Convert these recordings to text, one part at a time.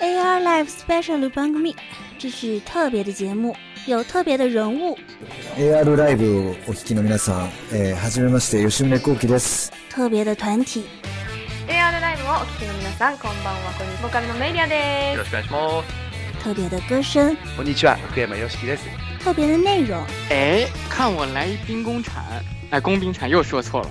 AR Live Special Bang Me，这是特别的节目，有特别的人物， AR ライブをお聞きの皆さん、えー、はじめまして吉宗幸喜です特别的团体。 AR ライブをお聞きの皆さんこんばんはこんにちはボカルのメイリアよでろしくお願いしま特别的歌声，す。こんにちは、福山よしきです。特别的内容，哎，看我来一兵工铲！哎，工兵铲又说错了。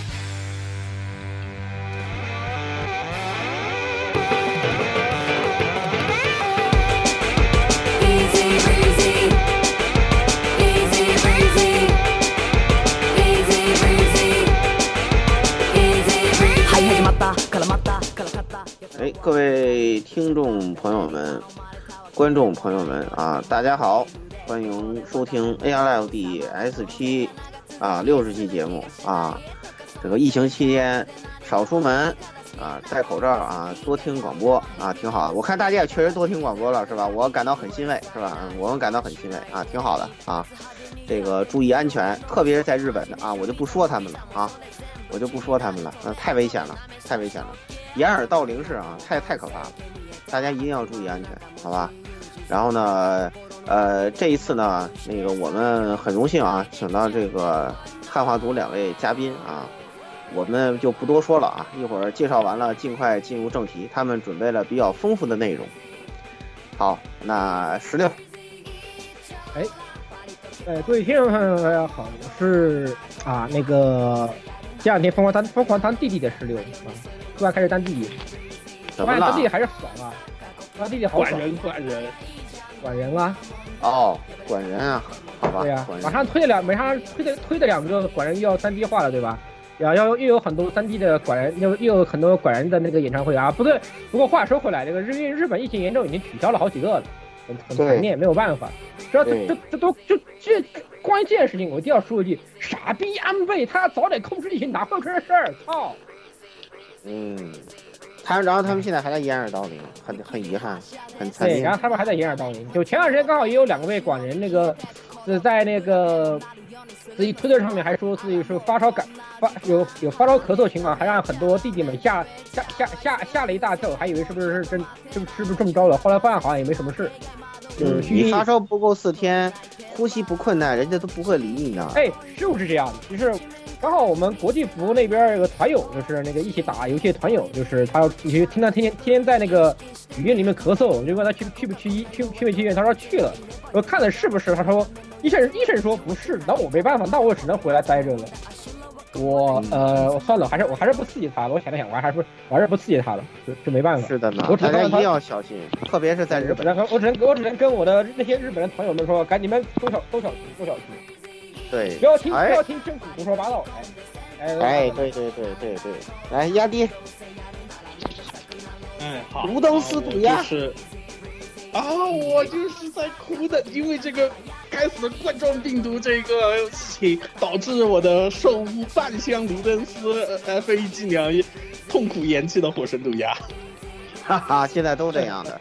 哎，各位听众朋友们、观众朋友们啊，大家好，欢迎收听 AR Live 第 S 期啊六十期节目啊。这个疫情期间少出门啊，戴口罩啊，多听广播啊，挺好的。我看大家也确实多听广播了，是吧？我感到很欣慰，是吧？嗯，我们感到很欣慰啊，挺好的啊。这个注意安全，特别是在日本的啊，我就不说他们了啊，我就不说他们了，那、太危险了，太危险了。掩耳盗铃式啊，太太可怕了，大家一定要注意安全，好吧？然后呢，呃，这一次呢，那个我们很荣幸啊，请到这个汉化组两位嘉宾啊，我们就不多说了啊，一会儿介绍完了，尽快进入正题，他们准备了比较丰富的内容。好，那十六，呃，各位听众朋友们，大家呃好，我是啊那个这两天疯狂当疯狂当弟弟的石榴啊，突然开始当弟弟，怎发么现当弟弟了？还是爽啊，当弟弟好管爽，人管人，管人啊，哦，管人啊，好吧，对呀、管人马上推了两，马上推的推的两个管人又要三 D 化了，对吧？然后又又有很多三 D 的管人，又又有很多管人的那个演唱会啊，不对，不过话说回来，这个日日本疫情严重，已经取消了好几个了，很很对残念，没有办法。主要这对这这都就这关于这件事情，我一定要说一句：傻逼安倍，他早点控制疫情，哪会有这种事儿？操！嗯，他然后他们现在还在掩耳盗铃，很很遗憾，很惨对，烈然。后他们还在掩耳盗铃。就前段时间刚好也有两位管人那个，是在那个自己推特上面还说自己是发烧感发有有发烧咳嗽情况，还让很多弟弟们吓吓吓吓吓了一大跳，还以为是不是是真是不是不是这么着了，后来发现好像也没什么事。就是你虚发烧不够四天，呼吸不困难，人家都不会理你的。哎，是不是这样的？就是刚好我们国际服那边有个团友，就是那个一起打游戏的团友，就是他要你去听他天天天天在那个语音里面咳嗽，我就问他去去不去医去去没去医院，他说去了。我看了是不是？他说医生医生说不是，那我没办法，那我只能回来待着了。我呃，算了，还是我还是不刺激他了。我想了想，我还是不我还是不刺激他了，就就没办 法。是的呢哎我，只大能家一告诉他定要小心，特别是在日本。然后我只能我只能跟我的那些日本的朋友们说，赶紧们都小都小心，都小心。对不，要听，不哎要听政府胡说八道。哎，哎，对对对对对，来压低，哎，好，卢登斯堵嗯就鸦是啊，我就是在哭的，因为这个该死的冠状病毒这个呃事情，导致我的兽屋半箱卢登斯呃非裔伎俩痛苦延期的火神毒鸦，哈哈，现在都这样的。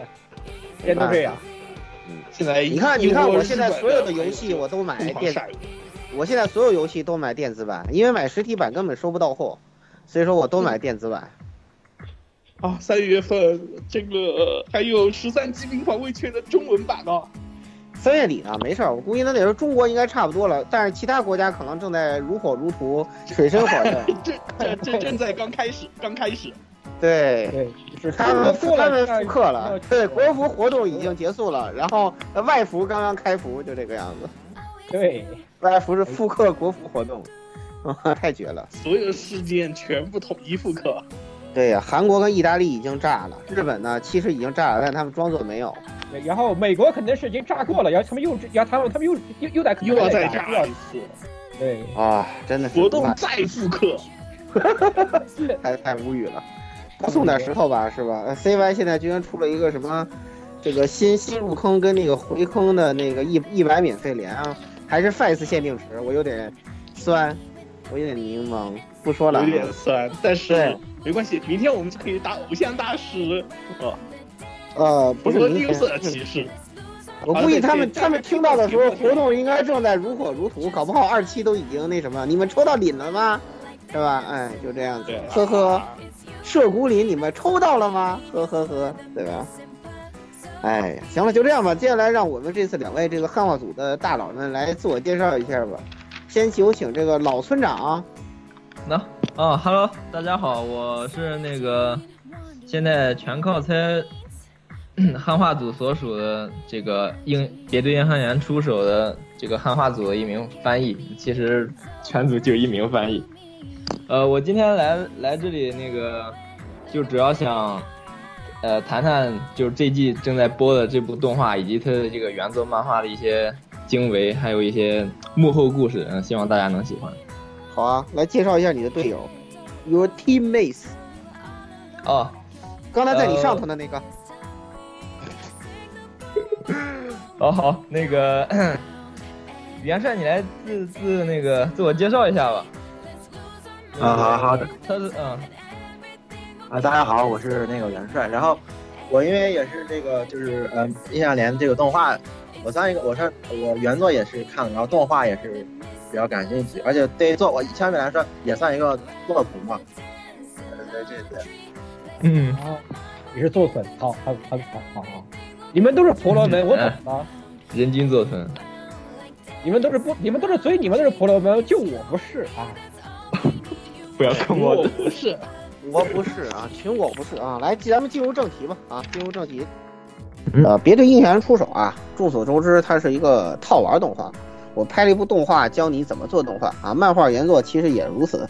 人都这样。现在你看，你看，哎英国我现在日本所有的游戏我都疯买狂电，晒我现在所有游戏都买电子版，因为买实体版根本收不到货，所以说我都买电子版。啊，三月份这个呃还有十三机兵防卫圈的中文版哦，三月底呢，没事儿，我估计那得是中国应该差不多了，但是其他国家可能正在如火如荼、水深火热。 这这这正在刚开始，刚开始。对，对，是他们过他了们复刻了，对，国服活动已经结束了，然后呃外服刚刚开服，就这个样子。对，外服是复刻国服活动， 哇，太绝了！所有事件全部统一复刻。对呀，韩国跟意大利已经炸了，日本呢其实已经炸了，但他们装作没有。然后美国肯定是已经炸过了，然后他们又，然后他们他们又又又在又要再炸，炸一次，对，啊，真的是活动太再复刻，太太无语了。多送点石头吧，是吧呃？CY 现在居然出了一个什么这个新新入坑跟那个回坑的那个一一百免费连啊，还是 FACE 限定池，我有点酸，我有点柠檬，不说了有啊。点酸，但是对没关系，明天我们就可以打偶像大师，哦，呃，不不是说明绿色天，骑士，我估计他们他们听到的时候，活动应该正在如火如荼，搞不好二期都已经那什么，你们抽到领了吗？是吧？哎，就这样子对，，啊呵呵。涉谷里你们抽到了吗？呵呵呵，对吧？哎呀，行了，就这样吧。接下来让我们这次两位这个汉化组的大佬们来自我介绍一下吧。先有请这个老村长啊，啊哈喽，大家好，我是那个现在全靠猜 汉化组所属的这个应别对应汉员出手的这个汉化组的一名翻译，其实全组就一名翻译。呃，我今天来来这里那个，就主要想，呃，谈谈就是这季正在播的这部动画以及它的这个原作漫画的一些经纬，还有一些幕后故事，嗯，希望大家能喜欢。好啊，来介绍一下你的队友，your teammates，哦，刚才在你上头的那个，哦，好，那个 元帅，你来自自那个自我介绍一下吧。啊，好好的他是嗯，啊，大家好，我是那个元帅。然后我因为也是这个就是呃印象联这个动画，我算一个我上我原作也是看了，然后动画也是比较感兴趣，而且对作我相对来说也算一个作图嘛。对对对，嗯，你是做粉，好，好，好，好，好，好，你们都是婆罗嗯门，我懂了。人均作存。你们都是不，你们都是，所以你们都是婆罗门，就我不是啊。不要因坑为我哎不是，我不是啊，群我不是啊。来，咱们进入正题吧啊，进入正题。呃，别对印象人出手啊！众所周知，它是一个套娃动画。我拍了一部动画，教你怎么做动画啊。漫画原作其实也如此。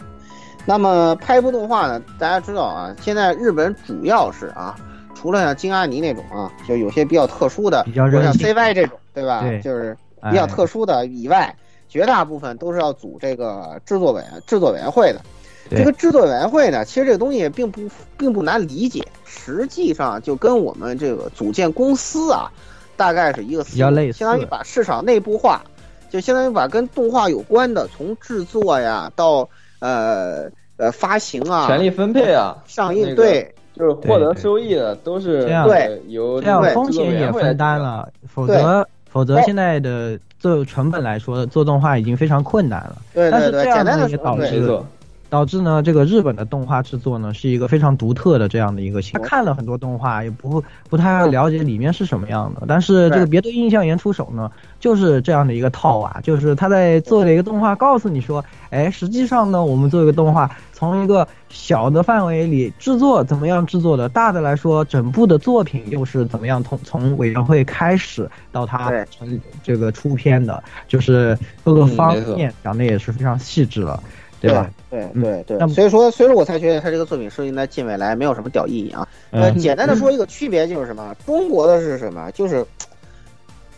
那么拍一部动画呢，大家知道啊，现在日本主要是啊，除了像金阿尼那种啊，就有些比较特殊的，比较或者像任性 CY 这种，对吧？对哎就是比较特殊的以外，绝大部分都是要组这个制作委制作委员会的。对这个制作委员会呢，其实这个东西并不并不难理解，实际上就跟我们这个组建公司啊，大概是一个思路比较类似相当于把市场内部化，就相当于把跟动画有关的，从制作呀到呃呃发行啊、权力分配啊，上映，那个对就是获得收益的都是这样对由这样个风险也分担了，否则否哦则现在的做成本来说，做动画已经非常困难了。对但对是对，这简样单呢的也导制致作。导致呢这个日本的动画制作呢是一个非常独特的这样的一个形。他看了很多动画，也不不太了解里面是什么样的。但是这个别对印象员出手呢，就是这样的一个套娃、就是他在做了一个动画，告诉你说，哎，实际上呢，我们做一个动画，从一个小的范围里制作怎么样制作的，大的来说，整部的作品又是怎么样从从委员会开始到它对成这个出片的，就是各个嗯方没错面讲的也是非常细致了，对吧？对嗯对对对，那么所以说，所以说我才觉得他这个作品设计在近未来没有什么屌意义啊。呃，嗯简单的说一个区别就是什么？中国的是什么？就是，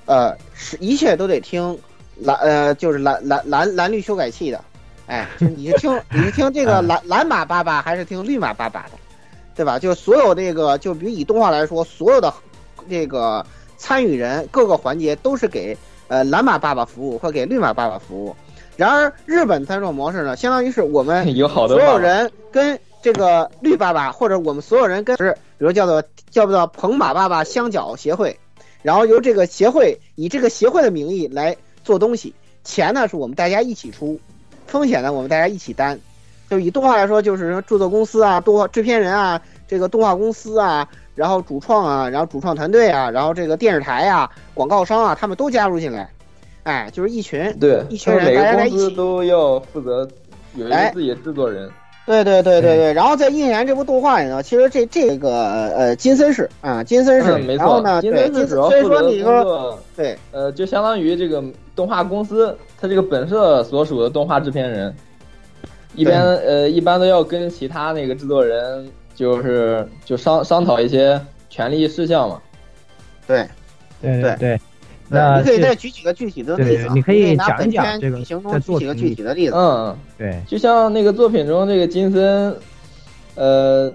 呃，是一切都得听蓝呃，就是蓝蓝蓝蓝绿修改器的，哎，就是你是听你是听这个蓝蓝马爸爸还是听绿马爸爸的，对吧？就是所有这个，就比如以动画来说，所有的这个参与人各个环节都是给呃蓝马爸爸服务或给绿马爸爸服务。然而，日本参众模式呢，相当于是我们有好多所有爸爸人跟这个绿爸爸，或者我们所有人跟是，比如叫做叫做彭马爸爸相角协会，然后由这个协会以这个协会的名义来做东西，钱呢是我们大家一起出，风险呢我们大家一起担。就以动画来说，就是说制作公司啊、动画制片人啊、这个动画公司啊，然后主创啊，然后主创团队啊，然后这个电视台啊、广告商啊，他们都加入进来，哎，就是一群对，一群就是人每大家个在公一司起。都要负责有一哎个自己的制作人。对对对哎对对。然后在《印象这部动画里呢，其实这这个呃金森是啊金森是，嗯，没然后错呢，金对森金是森，主要所以负说责你工说作，对呃，就相当于这个动画公司，它这个本社所属的动画制片人，一般呃一般都要跟其他那个制作人就是就商商讨一些权利事项嘛。对，对对对。那你可以这再举几个具体的对例子啊，你可以拿讲本一讲片这个剧情在中举作几个品具里体的例子。嗯，对就像那个作品中这个金森，呃，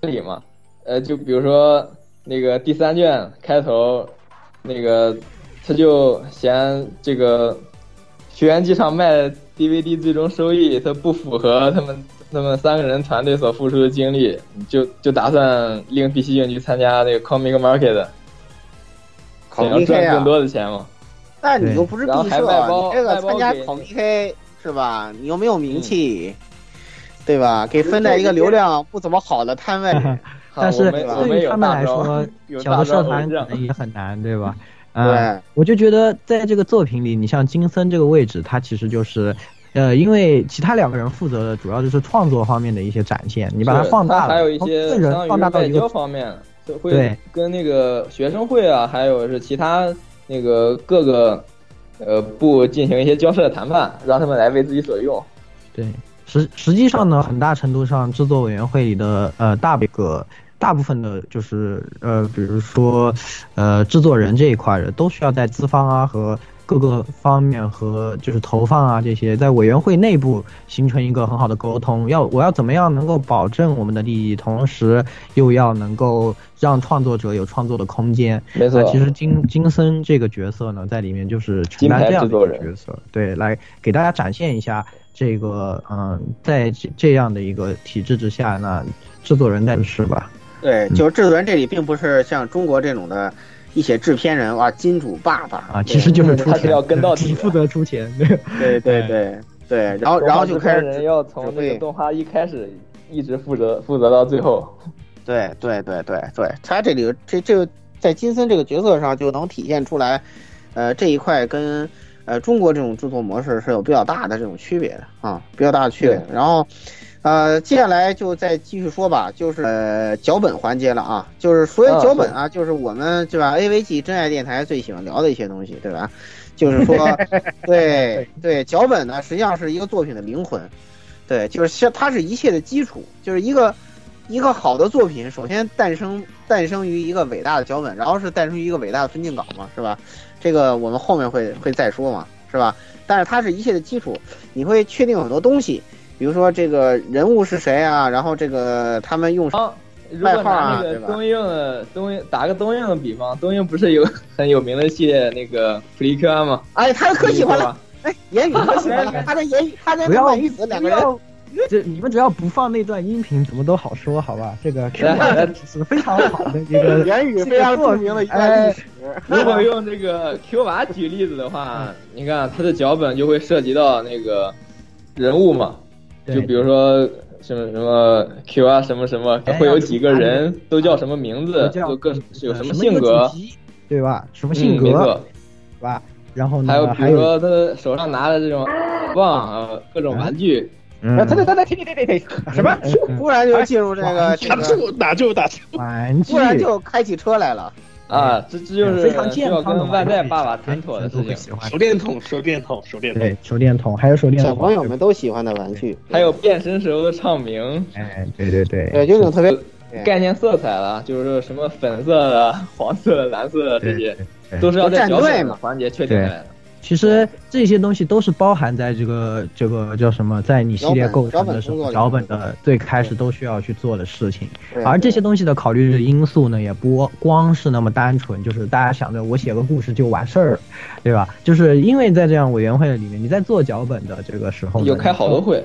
里嘛，呃，就比如说那个第三卷开头，那个他就嫌这个学员机场卖 DVD 最终收益，它不符合他们他们三个人团队所付出的精力，就就打算另辟蹊径去参加那个 Comic Market，考想要 PK 赚啊更多的钱嘛。那你又不是然后毕还设，外包你这个外包参加给，考 PK 是吧？你又没有嗯名气，对吧？给分在一个流量不怎么好的摊位嗯但好是我们我对于有他们大来招，说有小大的社招团有可能也很难，对吧？啊、 对我就觉得在这个作品里，你像金森这个位置，他其实就是，呃，因为其他两个人负责的主要就是创作方面的一些展现，你把它是放大它了，还有一从些个相人当于放大到外一交个方面，就会对跟那个学生会啊，还有是其他那个各个呃部进行一些交涉的谈判，让他们来为自己所用。对，实实际上呢，很大程度上制作委员会里的呃大比个大部分的，就是呃，比如说呃制作人这一块的，都需要在资方啊和各个方面和就是投放啊这些，在委员会内部形成一个很好的沟通。要我要怎么样能够保证我们的利益，同时又要能够让创作者有创作的空间。没错那其实金金森这个角色呢，在里面就是承担金牌这样的一制作个人角色，对，来给大家展现一下这个，嗯，在这这样的一个体制之下，那制作人在是吧？嗯对，就是制作人这里并不是像中国这种的一些制片人哇，金主爸爸啊，其实就是出他钱，是要跟到你负责出钱，对对对对对，然后然后就开动画制片人始要从那个动画一开始一直负责负责到最后。对对对对对，他这里这这个在金森这个角色上就能体现出来，呃，这一块跟呃中国这种制作模式是有比较大的这种区别的啊，比较大的区别。然后，呃，接下来就再继续说吧，就是呃脚本环节了啊，就是所有啊脚本啊，就是我们对吧？AVG 真爱电台最喜欢聊的一些东西，对吧？就是说，对对，脚本呢实际上是一个作品的灵魂，对，就是像它是一切的基础，就是一个一个好的作品，首先诞生诞生于一个伟大的脚本，然后是诞生于一个伟大的分镜稿嘛，是吧？这个我们后面会会再说嘛，是吧？但是它是一切的基础，你会确定很多东西，比如说这个人物是谁啊，然后这个他们用如外果号拿那啊，个对吧？东映的东映打个东映的比方，东映不是有很有名的系列那个《普利克安》吗？哎，他可喜欢了，哎，言语可喜欢来来了，他跟言语，他跟不要曼玉子两 个人。这你们只要不放那段音频，怎么都好说，好吧？这 个来是非常好的一 个言语非常著名的一段哎历史。如果用这个 Q 娃举例子的话，你看它的脚本就会涉及到那个人物嘛，就比如说什么什么 Q 啊什么什么，会有几个人都叫什么名字，都各有什么性格，对吧？什什么性没格错，对吧？然后呢，嗯啊还还有比如说他手上拿的这 种棒啊，各种玩具，嗯哎等等等等，停停停停 停，什么？忽然就进入这个这个，打住打住！玩具忽然就开起车来了。啊，这这就是非常健需要康的跟万代玩具爸爸谈妥的事情。手电筒，手电筒，手电筒。对手电筒，还有手电小筒，朋友们都喜欢的玩具，还有变身时候的唱名，哎，对对对，对，就这种特别概念色彩了，就是说什么粉色的、黄色的、蓝色的这些，都是要在脚本的环节确定下来的。其实这些东西都是包含在这个这个叫什么，在你系列构成的时候，脚脚本的最开始都需要去做的事情对。而这些东西的考虑的因素呢，也不光是那么单纯，就是大家想着我写个故事就完事儿了，对吧？就是因为在这样委员会里面，你在做脚本的这个时候呢，有开好多会，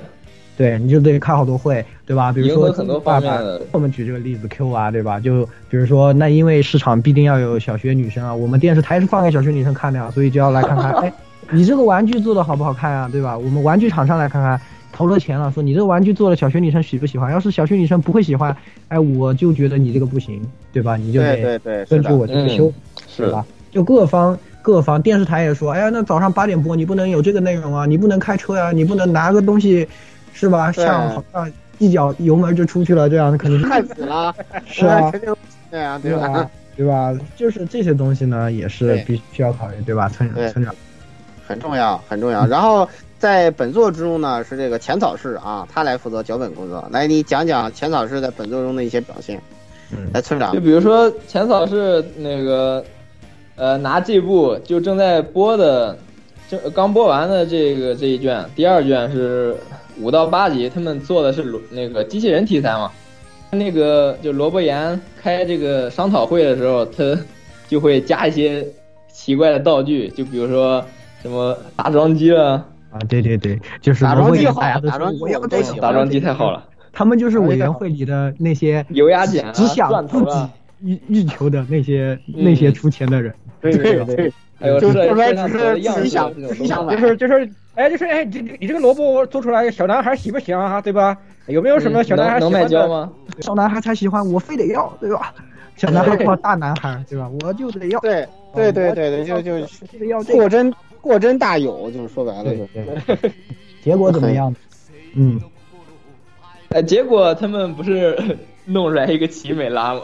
对，你就得开好多会，对吧？比如说迎合很多方面的我们举这个例子 Q 啊，对吧？就比如说，那因为市场必定要有小学女生啊，我们电视台是放给小学女生看的呀、所以就要来看看，哎，你这个玩具做的好不好看啊，对吧？我们玩具厂商来看看，投了钱了，说你这个玩具做的小学女生喜不喜欢？要是小学女生不会喜欢，哎，我就觉得你这个不行，对吧？你就对嗯得对对，是根的据我这个修，是吧？就各方各方电视台也说，哎呀，那早上八点播，你不能有这个内容啊，你不能开车呀、你不能拿个东西，是吧？对像好像一脚油门就出去了，这样可能就太死 了，是啊肯定对啊，对对吧吧？？对吧？就是这些东西呢，也是对必须要考虑，对吧？村对长，村长，很重要，很重嗯要。然后在本作之中呢，是这个浅草市啊，他来负责脚本工作。来，你讲讲浅草市在本作中的一些表现。嗯来，村长就，比如说浅草是那个，呃，拿这部就正在播的，正刚播完的这个这一卷，第二卷是五到八集，他们做的是轮那个机器人题材嘛，那个就萝卜岩开这个商讨会的时候，他就会加一些奇怪的道具，就比如说什么打桩机啊，啊，对对对，就是打萝卜桩机也好大家都打说桩机我要我这都个喜欢打桩机太好了。他们就是委员会里的那些油压剪啊只想钻自头己啊欲欲求的那些嗯那些出钱的人。对对吧对哎呦，就这是这上头的只是样自式己想这种自东己西想买，就是就是，哎，就是哎，这你这个萝卜做出来，小男孩喜不喜欢啊？对吧？有没有什嗯么小男孩喜欢的？小男孩才喜欢，我非得要，对吧？小男孩靠大男孩，对吧？我就得要。对对对对对，就就要这个过真过真大有，就是说白了对就对对结果怎 么样？嗯，哎，结果他们不是 弄出来一个奇美拉吗？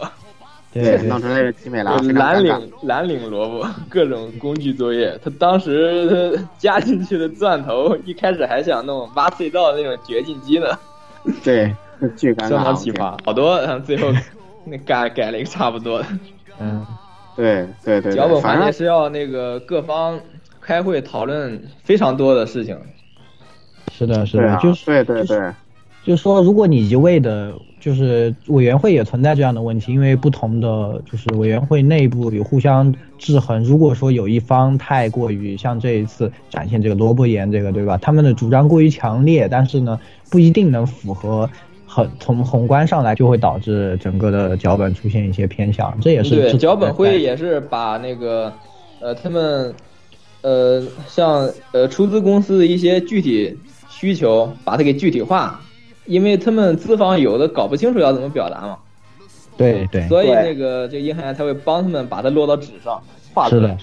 对对弄出啊来的奇美拉啊就非常 蓝尴尬领蓝领萝卜，各种工具作业。他当时他加进去的钻头，一开始还想弄挖隧道的那种掘进机呢，对，巨尴尬，相当奇葩。好多，然后 最后那改改了一个差不多的。嗯，对对对 脚对，本反环节正是要那个各方开会讨论非常多的事情。是的，是对的，啊就是对对对，就是说，如果你一味的，就是委员会也存在这样的问题，因为不同的就是委员会内部有互相制衡。如果说有一方太过于像这一次展现这个萝卜岩这个，对吧？他们的主张过于强烈，但是呢，不一定能符合很从宏观上来，就会导致整个的脚本出现一些偏向。这也是对制脚本会也是把那个呃他们呃像呃出资公司的一些具体需求把它给具体化，因为他们资方有的搞不清楚要怎么表达嘛，对对，所以那个这个银行员才会帮他们把它落到纸上画出是来。的，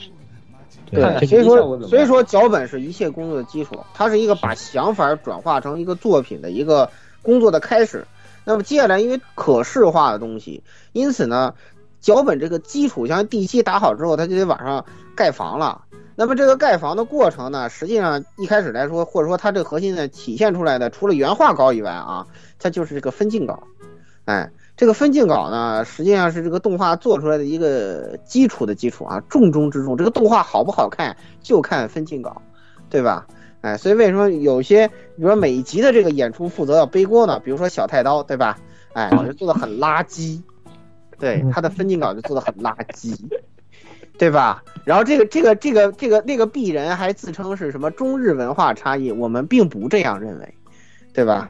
看看对，所以实际效果说怎么样所以说脚本是一切工作的基础，它是一个把想法转化成一个作品的一个工作的开始。那么接下来，因为可视化的东西，因此呢，脚本这个基础像地基打好之后，它就得往上盖房了。那么这个盖房的过程呢，实际上一开始来说，或者说它这个核心呢体现出来的，除了原画稿以外啊，它就是这个分镜稿。哎，这个分镜稿呢，实际上是这个动画做出来的一个基础的基础啊，重中之重。这个动画好不好看，就看分镜稿，对吧？哎，所以为什么有些，比如说每一集的这个演出负责要背锅呢？比如说小太刀，对吧？哎，就做的很垃圾，对，嗯他的分镜稿就做的很垃圾，对吧？然后这个这个这个这个那个鄙人还自称是什么中日文化差异，我们并不这样认为，对吧？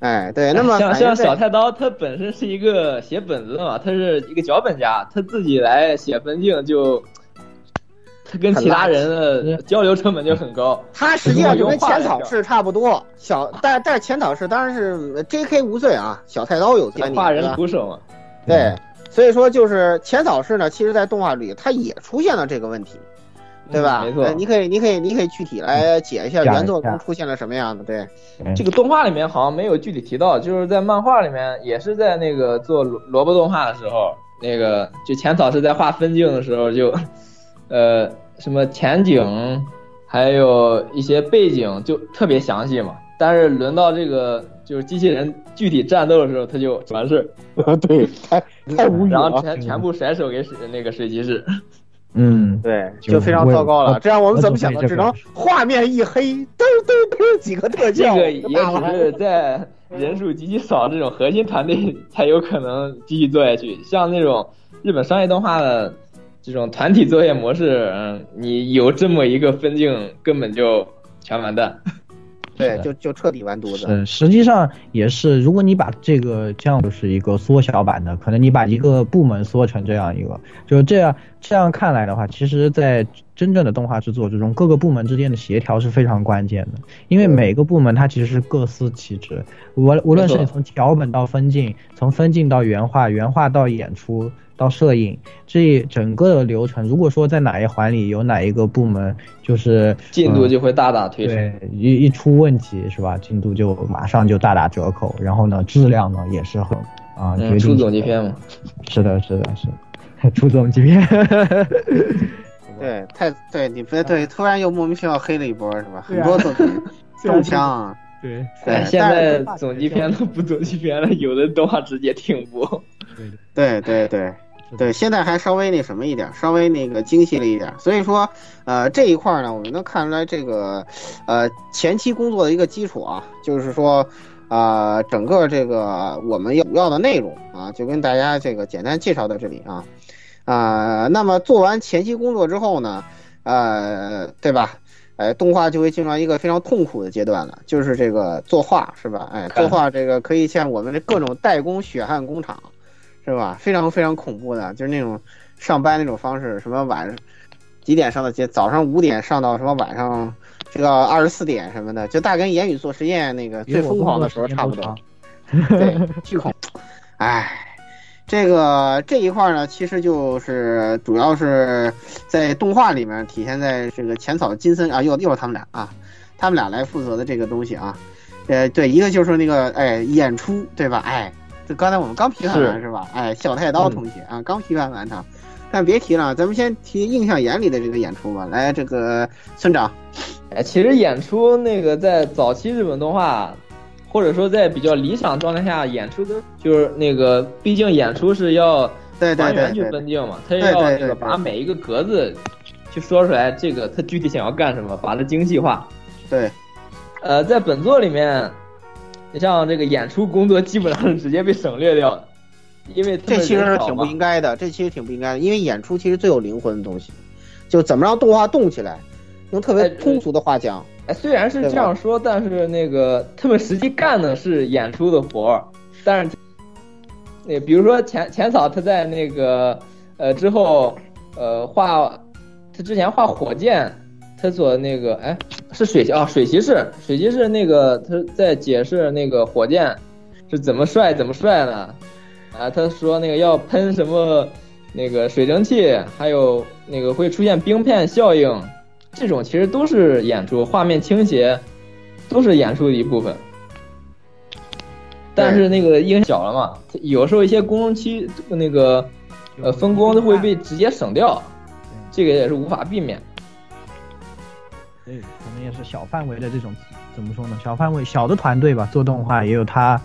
哎，对，那么像反正像这小太刀，他本身是一个写本子的嘛，他是一个脚本家，他自己来写分镜就，他跟其他人的嗯交流成本就很高。他实际上就跟浅草市差不多，小但但是浅草市当然是 J.K. 无罪啊，小太刀有罪，画人你知道吧徒手嘛，对，所以说就是浅草市呢，其实在动画里它也出现了这个问题，对吧？嗯没错哎你可以你可以你可以具体来解一下讲一原作下中出现了什么样的对。这个动画里面好像没有具体提到，就是在漫画里面也是在那个做萝萝卜动画的时候，那个就浅草是在画分镜的时候就，呃，什么前景，还有一些背景就特别详细嘛。但是轮到这个就是机器人具体战斗的时候，他就完事儿。对，太哎太无语然后了全全部甩手给水那个水骑士。嗯，对，就非常糟糕了。这样我们怎么想的？只能画面一黑，噔噔噔几个特这效，个也大只完是在人数极其少这种核心团队才有可能继续做下去。像那种日本商业动画的这种团体作业模式，嗯，你有这么一个分镜，根本就全完蛋。 对，就就彻底完犊子。是，实际上也是，如果你把这个这样就是一个缩小版的，可能你把一个部门缩成这样一个，就这样这样看来的话，其实，在真正的动画制作之中，各个部门之间的协调是非常关键的，因为每个部门它其实是各司其职，无无论是你没错从脚本到分镜，从分镜到原画，原画到演出到摄影，这整个的流程，如果说在哪一环里有哪一个部门就是进度嗯就会大大推升。对，一一出问题是吧，进度就马上就大打折扣，然后呢，质量呢也是很啊，决嗯，定出总集篇嘛，是的，是的，是的，出总集片，对，太对你别对，突然又莫名其妙黑了一波啊是吧？对很啊多 作品虽然中枪啊，对哎对，现但在是总集篇都不总集篇了，有的动画直接停播。对对对对，现在还稍微那什么一点，稍微那个精细了一点。所以说，呃，这一块呢，我们能看出来这个，呃，前期工作的一个基础啊，就是说，啊、整个这个我们要主要的内容啊，就跟大家这个简单介绍到这里啊。啊、那么做完前期工作之后呢，呃，对吧？哎，动画就会进入到一个非常痛苦的阶段了，就是这个作画是吧？哎，作画这个可以像我们这各种代工血汗工厂，是吧？非常非常恐怖的，就是那种上班那种方式，什么晚上几点上到几，早上五点上到什么晚上这个二十四点什么的，就大跟言语做实验那个比我最疯狂的时候差不多。对，巨恐，哎，这个这一块呢，其实就是主要是在动画里面体现在这个浅草金森啊，又又是他们俩啊，他们俩来负责的这个东西啊，呃，对，一个就是那个哎演出对吧？哎，这刚才我们刚批判完是是吧？哎，小太嗯刀同学啊，刚批判完他，但别提了，咱们先提印象眼里的这个演出吧。来，这个村长，哎，其实演出那个在早期日本动画，或者说在比较理想状态下，演出都就是那个，毕竟演出是要对对还原对去对分镜嘛，它对要对对那对个把每一个格子去说出来，这个它具体想要干什么，把它精细化。对，呃，在本作里面，你像这个演出工作基本上是直接被省略掉的，因为他这们其实人是少挺嘛不应该的，这其实挺不应该的，因为演出其实最有灵魂的东西，就怎么让动画动起来，用特别通俗的话讲，哎，虽然哎是这样说，但是那个他们实际干的是演出的活儿，但是那比如说浅浅草他在那个呃之后呃画他之前画火箭，他所那个哎是水啊水骑士，水骑士那个他在解释那个火箭是怎么帅怎么帅呢？啊，他说那个要喷什么那个水蒸气，还有那个会出现冰片效应，这种其实都是演出，画面倾斜都是演出的一部分。但是那个音小了嘛，它有时候一些工期那个呃分工都会被直接省掉，这个也是无法避免。对，可能也是小范围的这种，怎么说呢？小范围小的团队吧，做动画也有他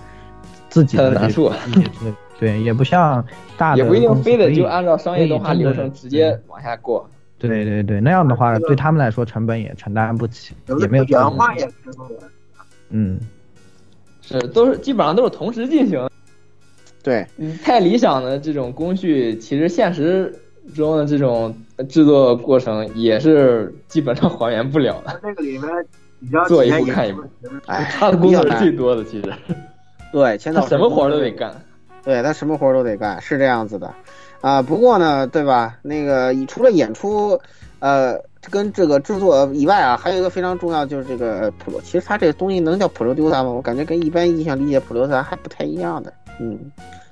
自己的他的难处啊这种对对，也不像大的也不一定公司非可得以就按照商业动画流可以真程的直接往下过。对对对，那样的话对他们来说成本也承担不起，也没有 原画也是嗯，是都是基本上都是同时进行。对，嗯，太理想的这种工序，其实现实中的这种制作过程也是基本上 还原不了的。这个里面比较做一体步现看演一出步的，哎他的工作是最多的，其实。对，前他导什么活儿都得干。对他什么活儿都得干，是这样子的，啊、不过呢，对吧？那个以除了演出，呃，跟这个制作以外啊，还有一个非常重要就是这个呃普罗，其实它这个东西能叫普罗丢萨吗？我感觉跟一般印象理解普罗丢萨还不太一样的，嗯，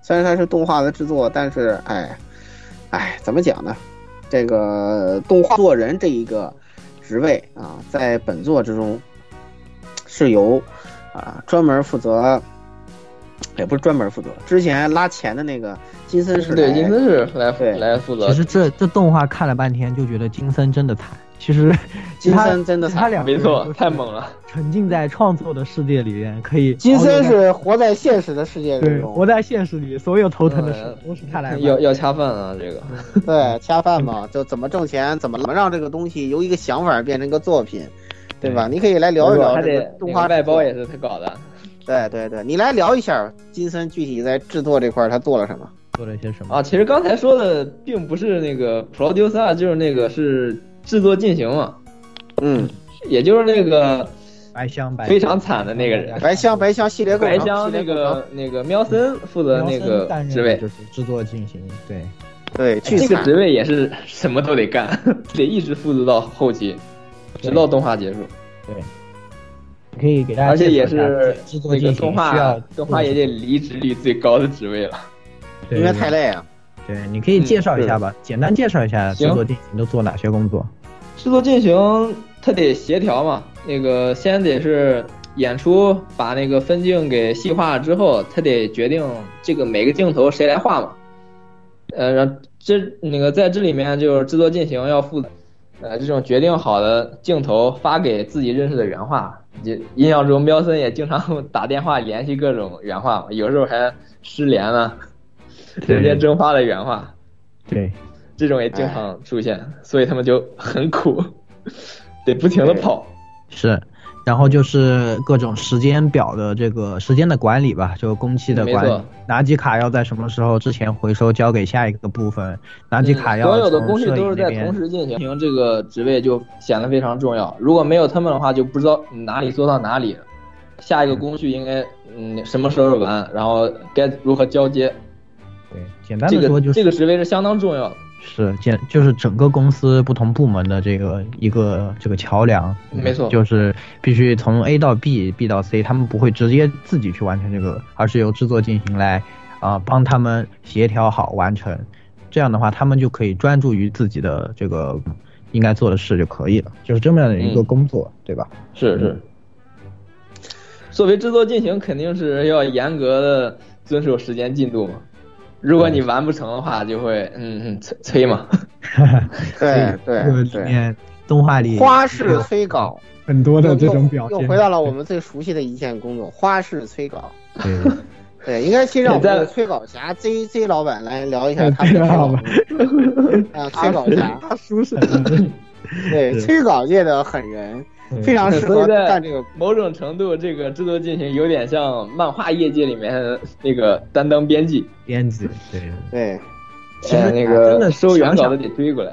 虽然它是动画的制作，但是哎，哎，怎么讲呢？这个动画做人这一个职位啊，在本作之中是由啊专门负责，也不是专门负责，之前拉钱的那个金森是对，来金森是来负来负责其。实这这动画看了半天就觉得金森真的惨，其 实金他森真的他两个没人错，太猛了。沉浸在创作的世界里面，可以金遨游森在是活在现实的世界之对中，活在现实里，所有头疼的呃事都是他来要办。要恰饭啊，这个。对，恰饭嘛，就怎么挣钱，怎么怎么让这个东西由一个想法变成一个作品，对吧？你可以来聊一聊还这得个动画那个外包也是他搞的。对对对，你来聊一下金森具体在制作这块儿他做了什么？做了一些什么啊？其实刚才说的并不是那个 producer，就是那个是制作进行嘛。嗯，也就是那个白香白非常惨的那个人，白香白香系列构白成，香系那列构成个那个喵森负责那个职位，就是制作进行，对对，巨这个惨职位也是什么都得干， 得一直负责到后期，直到动画结束。对，可以给大家而且也介绍一下是制作那进个行动需画要动画业界离职率最高的职位了。对因为太累啊。对，你可以介绍一下吧，简单介绍一下制嗯行作进行都做哪些工作。制作进行，它得协调嘛。那个先得是演出，把那个分镜给细化了之后，它得决定这个每个镜头谁来画嘛。呃，然后这那个在这里面就是制作进行要负责，呃，这种决定好的镜头发给自己认识的原画。也印象中，喵森也经常打电话联系各种原画，有时候还失联了，直接蒸发了原画。对，这种也经 常出现，所以他们就很苦，得不停的跑。是，然后就是各种时间表的这个时间的管理吧，就工期的管嗯没理错，哪几卡要在什么时候之前回收交给下一个部分，哪几卡要嗯所有的从工序摄都影是那在边同时进行，这个职位就显得非常重要。如果没有他们的话，就不知道哪里做到哪里了。下一个工序应该嗯什么时候完，然后该如何交接。对，简单这的个说就是这个职位是相当重要的。是简就是整个公司不同部门的这个一个这个桥梁，嗯没错就是必须从 A 到 B，B 到 C，他们不会直接自己去完成这个，而是由制作进行来啊、帮他们协调好完成，这样的话他们就可以专注于自己的这个应该做的事就可以了，就是这么样的一个嗯工作，对吧？嗯是是，作为制作进行，肯定是要严格的遵守时间进度嘛。如果你完不成的话，就会嗯嗯催催嘛。对对这个里面动画里花式催稿，很多的这种表又现，回到了我们最熟悉的一件工作——花式催稿。对。对，应该先让我们也的在催稿侠 Z Z 老板来聊一下他们的催好稿吧， 啊，催稿侠，他舒适，对，催稿界的狠人，非常适所合以在干这个。 某种程度，这个制作进行有点像漫画业界里面的那个担当编辑。编辑对。对，其实 呃那真个的收原想稿想的得追过来。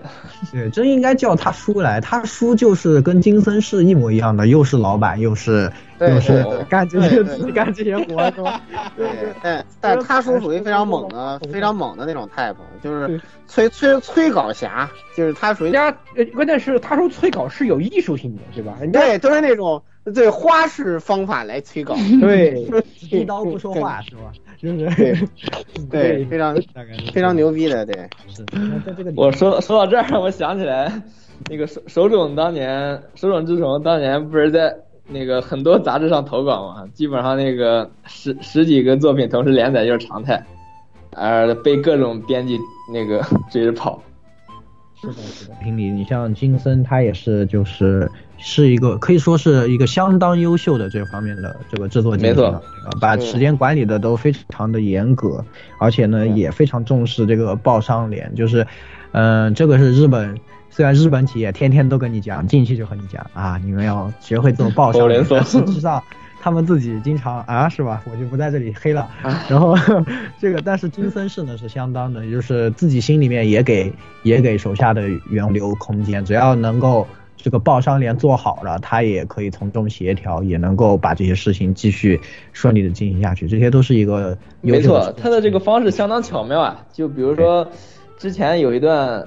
对，真应该叫他叔来。他叔就是跟金森是一模一样的，又是老板，又是对又是哦对对干这对些对自己干这些活是 吧？对，但但是他叔属于非常猛的、非常猛的那种 type，就是催催催稿侠，就是他属于人家呃，关键是他说催稿是有艺术性的，对吧？ 人家对，都是那种对花式方法来催稿，对一刀不说话是吧？ 就是对对，对非常大概是非常牛逼的，对，在这个我说说到这儿，我想起来，那个手手冢当年，手冢治虫当年不是在那个很多杂志上投稿嘛，基本上那个十十几个作品同时连载就是常态，呃，被各种编辑那个 追着跑。评理，你像金森，他也是就是是一个可以说是一个相当优秀的这方面的这个制作经理没了，对错吧嗯把时间管理的都非常的严格，而且呢嗯也非常重视这个报商联，就是，嗯、这个是日本。虽然日本企业天天都跟你讲，进去就和你讲啊，你们要学会做报商口联连，锁但实际上他们自己经常啊，是吧？我就不在这里黑了。啊然后这个，但是金森氏呢是相当的，就是自己心里面也给也给手下的员留空间，只要能够这个报商联做好了，他也可以从中协调，也能够把这些事情继续顺利的进行下去。这些都是一个优没秀的错，他的这个方式相当巧妙啊。就比如说，之前有一段，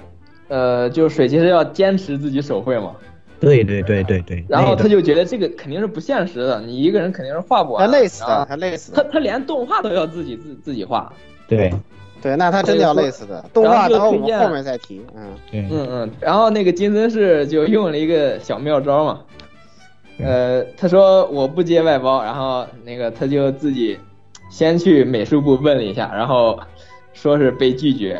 呃，就水其实要坚持自己手绘嘛，对对对对对。然后那个他就觉得这个肯定是不现实的，你一个人肯定是画不他完。累死然的，后他累死的，他他连动画都要自己自自己画。对对，那他真的要累死的。动然画后就等我推们荐后面再提，嗯，对嗯嗯，然后那个金森氏就用了一个小妙招嘛，呃，他说我不接外包，然后那个他就自己先去美术部问了一下，然后说是被拒绝，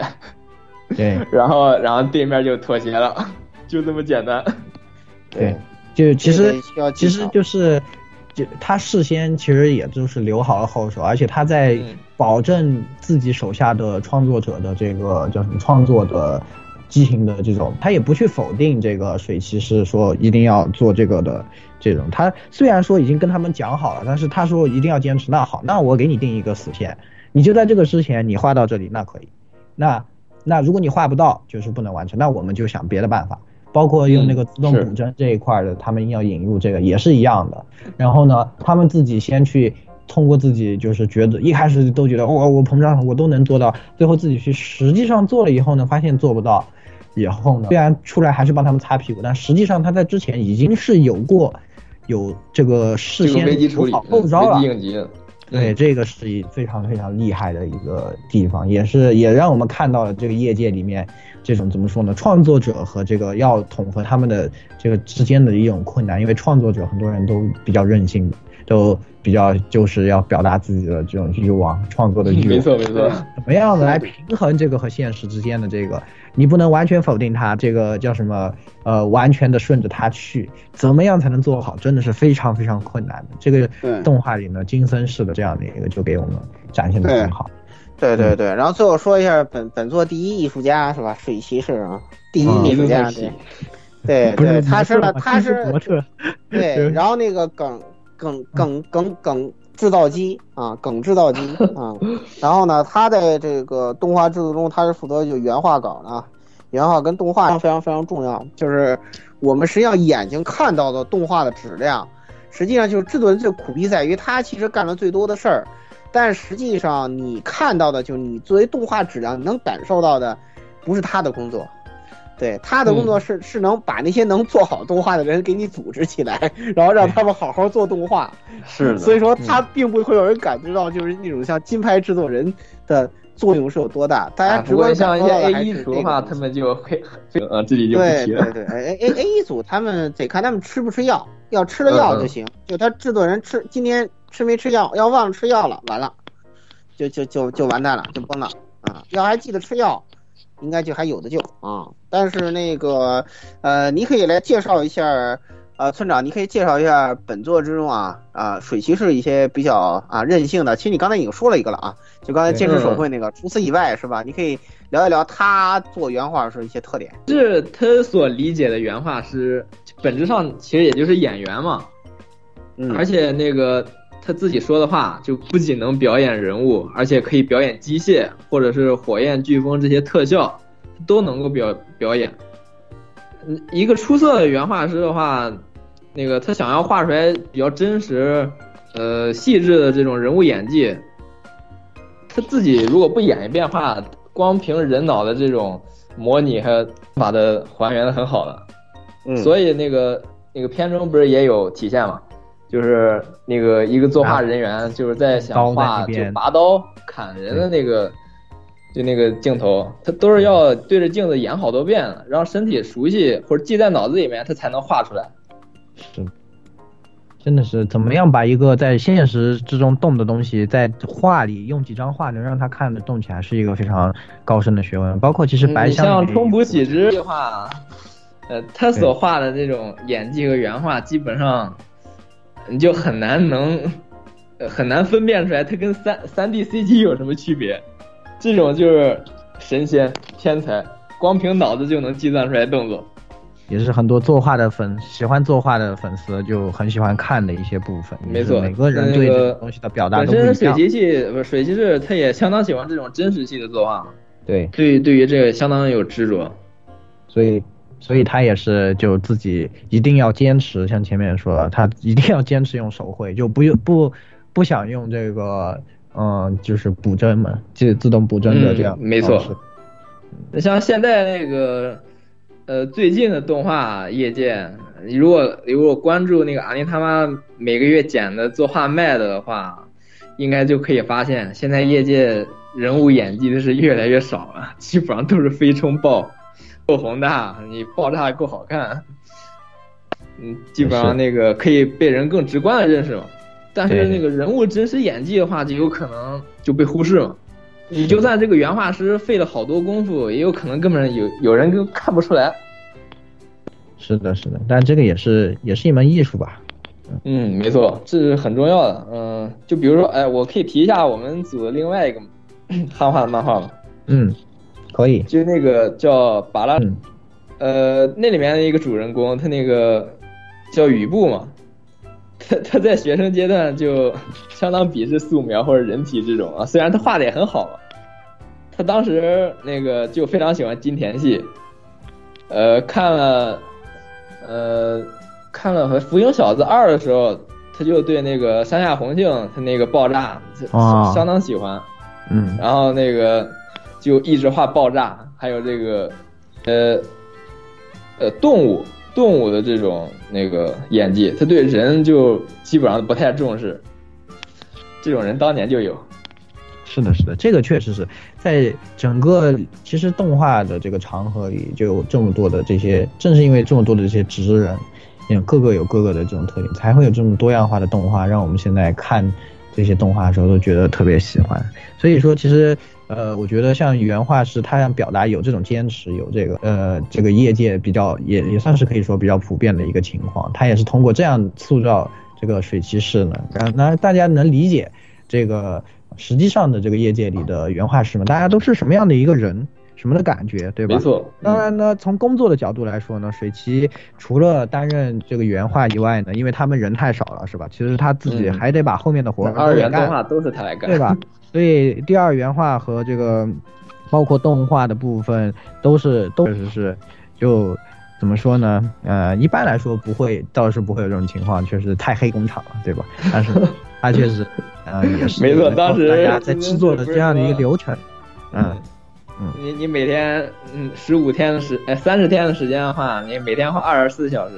对 然后然后对面就妥协了，就这么简单。对，就其实这个需要技其巧实就是，就他事先其实也就是留好了后手，而且他在保证自己手下的创作者的这个叫什么创作的激情的这种，他也不去否定这个水骑士说一定要做这个的这种。他虽然说已经跟他们讲好了，但是他说一定要坚持。那好，那我给你定一个死线，你就在这个之前你画到这里，那可以。那那如果你画不到，就是不能完成，那我们就想别的办法，包嗯括用那个自动是补帧这一块的，他们硬要引入这个也是一样的。然后呢，他们自己先去通过自己就是觉得一开始都觉得哦我膨胀我都能做到，最后自己去实际上做了以后呢，发现做不到，以后呢，虽然出来还是帮他们擦屁股，但实际上他在之前已经是有过有这个事这个先危机处理，好嗯后招了危机。嗯应急。对，这个是一非常非常厉害的一个地方，也是也让我们看到了这个业界里面这种怎么说呢，创作者和这个要统合他们的这个之间的一种困难，因为创作者很多人都比较任性的，都比较就是要表达自己的这种欲望，创作的欲望。没错没错怎么样的来平衡这个和现实之间的这个？你不能完全否定它，这个叫什么？呃，完全的顺着它去，怎么样才能做好？真的是非常非常困难的。这个对动画里呢，金森式的这样的一个就给我们展现的很好。对对对。然后啊最后说一下本本作第一艺术家是吧？水骑士啊，第一艺术家，嗯对对不是对，他是模特呢，嘛他真是模特， 对，然后那个梗梗梗梗梗制造机啊，梗制造机啊，然后呢，他在这个动画制作中，他是负责就原画稿的啊，原画跟动画非常非常重要，就是我们实际上眼睛看到的动画的质量，实际上就是制作人最苦逼在于他其实干了最多的事儿，但实际上你看到的，就是你作为动画质量你能感受到的，不是他的工作。对他的工作是、是能把那些能做好动画的人给你组织起来，嗯然后让他们好好做动画。是的所以说他并不会有人感知到就是那种像金牌制作人的作用是有多大。大家啊，哎直不过观感像受一些到的 A 还一是组那的个话，他们就会 呃这里就不对提了。对对，A A A 一组他们得看他们吃不吃药，要吃了药嗯就行。就他制作人吃今天吃没吃药，要忘了吃药了，完了，就就就就完蛋了，就崩了啊！要还记得吃药，应该就还有的救啊。但是那个呃，你可以来介绍一下，呃，村长，你可以介绍一下本作之中啊啊水骑士一些比较啊任性的。其实你刚才已经说了一个了啊，就刚才对剑齿嗯手绘那个。除此以外是吧？你可以聊一聊他做原画是一些特点。是他所理解的原画师，本质上其实也就是演员嘛。嗯而且那个他自己说的话，就不仅能表演人物，而且可以表演机械或者是火焰、飓风这些特效，都能够表表演。嗯一个出色的原画师的话，那个他想要画出来比较真实、呃细致的这种人物演技，他自己如果不演一遍的话，光凭人脑的这种模拟还有把它还原的很好了。嗯所以那个那个片中不是也有体现嘛？就是那个一个作画人员就是在想刀在画那就边拔刀砍人的那个就那个镜头，他都是要对着镜子演好多遍，让身体熟悉或者记在脑子里面，他才能画出来。是，真的是怎么样把一个在现实之中动的东西，在画里用几张画能让它看得动起来，是一个非常高深的学问。包括其实白你箱嗯像里面冲补喜之的话，呃，他所画的这种演技和原画，基本上你就很难能呃很难分辨出来它跟三三 D CG 有什么区别。这种就是神仙天才，光凭脑子就能计算出来动作。也是很多作画的粉喜欢作画的粉丝就很喜欢看的一些部分。没错就是每个人那对个这个东西的表达本都不一身水样。骑系不是水骑士，他也相当喜欢这种真实系的作画嘛，对，对对于这个相当有执着。所以所以他也是就自己一定要坚持，像前面说的，他一定要坚持用手绘，就不用不不想用这个嗯，就是补帧嘛，自自动补帧的这样、嗯没错。那像现在那个，呃，最近的动画业界，你如果如果关注那个阿尼他妈每个月剪的作画卖的的话，应该就可以发现，现在业界人物演技的是越来越少了，基本上都是飞冲爆、够宏大，你爆炸够好看，嗯，基本上那个可以被人更直观的认识嘛。但是对那个人物真实演技的话，就有可能就被忽视了。你就算这个原画师费了好多功夫，也有可能根本有有人就看不出来。是的，是的，但这个也是也是一门艺术吧。嗯，没错，这是很重要的。嗯，就比如说，哎，我可以提一下我们组的另外一个 汉化的漫画嘛，嗯，可以。就是那个叫巴拉，嗯呃，那里面的一个主人公，他那个叫雨布嘛，他他在学生阶段就相当鄙视素描或者人体这种啊，虽然他画的也很好嘛，啊他当时那个就非常喜欢金田系，呃，看了，呃，看了《福星小子二》的时候，他就对那个山下红杏他那个爆炸就啊相当喜欢，嗯，然后那个就一直画爆炸，还有这个呃呃动物动物的这种那个演技，他对人就基本上不太重视，这种人当年就有。是的，是的，这个确实是在整个其实动画的这个长河里，就有这么多的这些，正是因为这么多的这些职人，有各个有各个的这种特点，才会有这么多样化的动画，让我们现在看这些动画的时候都觉得特别喜欢。所以说，其实呃，我觉得像原画师，他想表达有这种坚持，有这个呃，这个业界比较也也算是可以说比较普遍的一个情况。他也是通过这样塑造这个水骑士呢，让那大家能理解这个实际上的这个业界里的原画师们，大家都是什么样的一个人。什么的感觉，对吧？没错。嗯当然呢，从工作的角度来说呢，水崎除了担任这个原画以外呢，因为他们人太少了，是吧？其实他自己还得把后面的活儿嗯二给元干动画都是他来干，对 吧？？所以第二原画和这个包括动画的部分都是都是是就怎么说呢？呃，一般来说不会，倒是不会有这种情况，确实太黑工厂了，对吧？但 是它确实，呃，也是没错当时大家在制作的这样的一个流程，嗯，你你每天嗯十五天的时哎三十天的时间的话，你每天画二十四小时，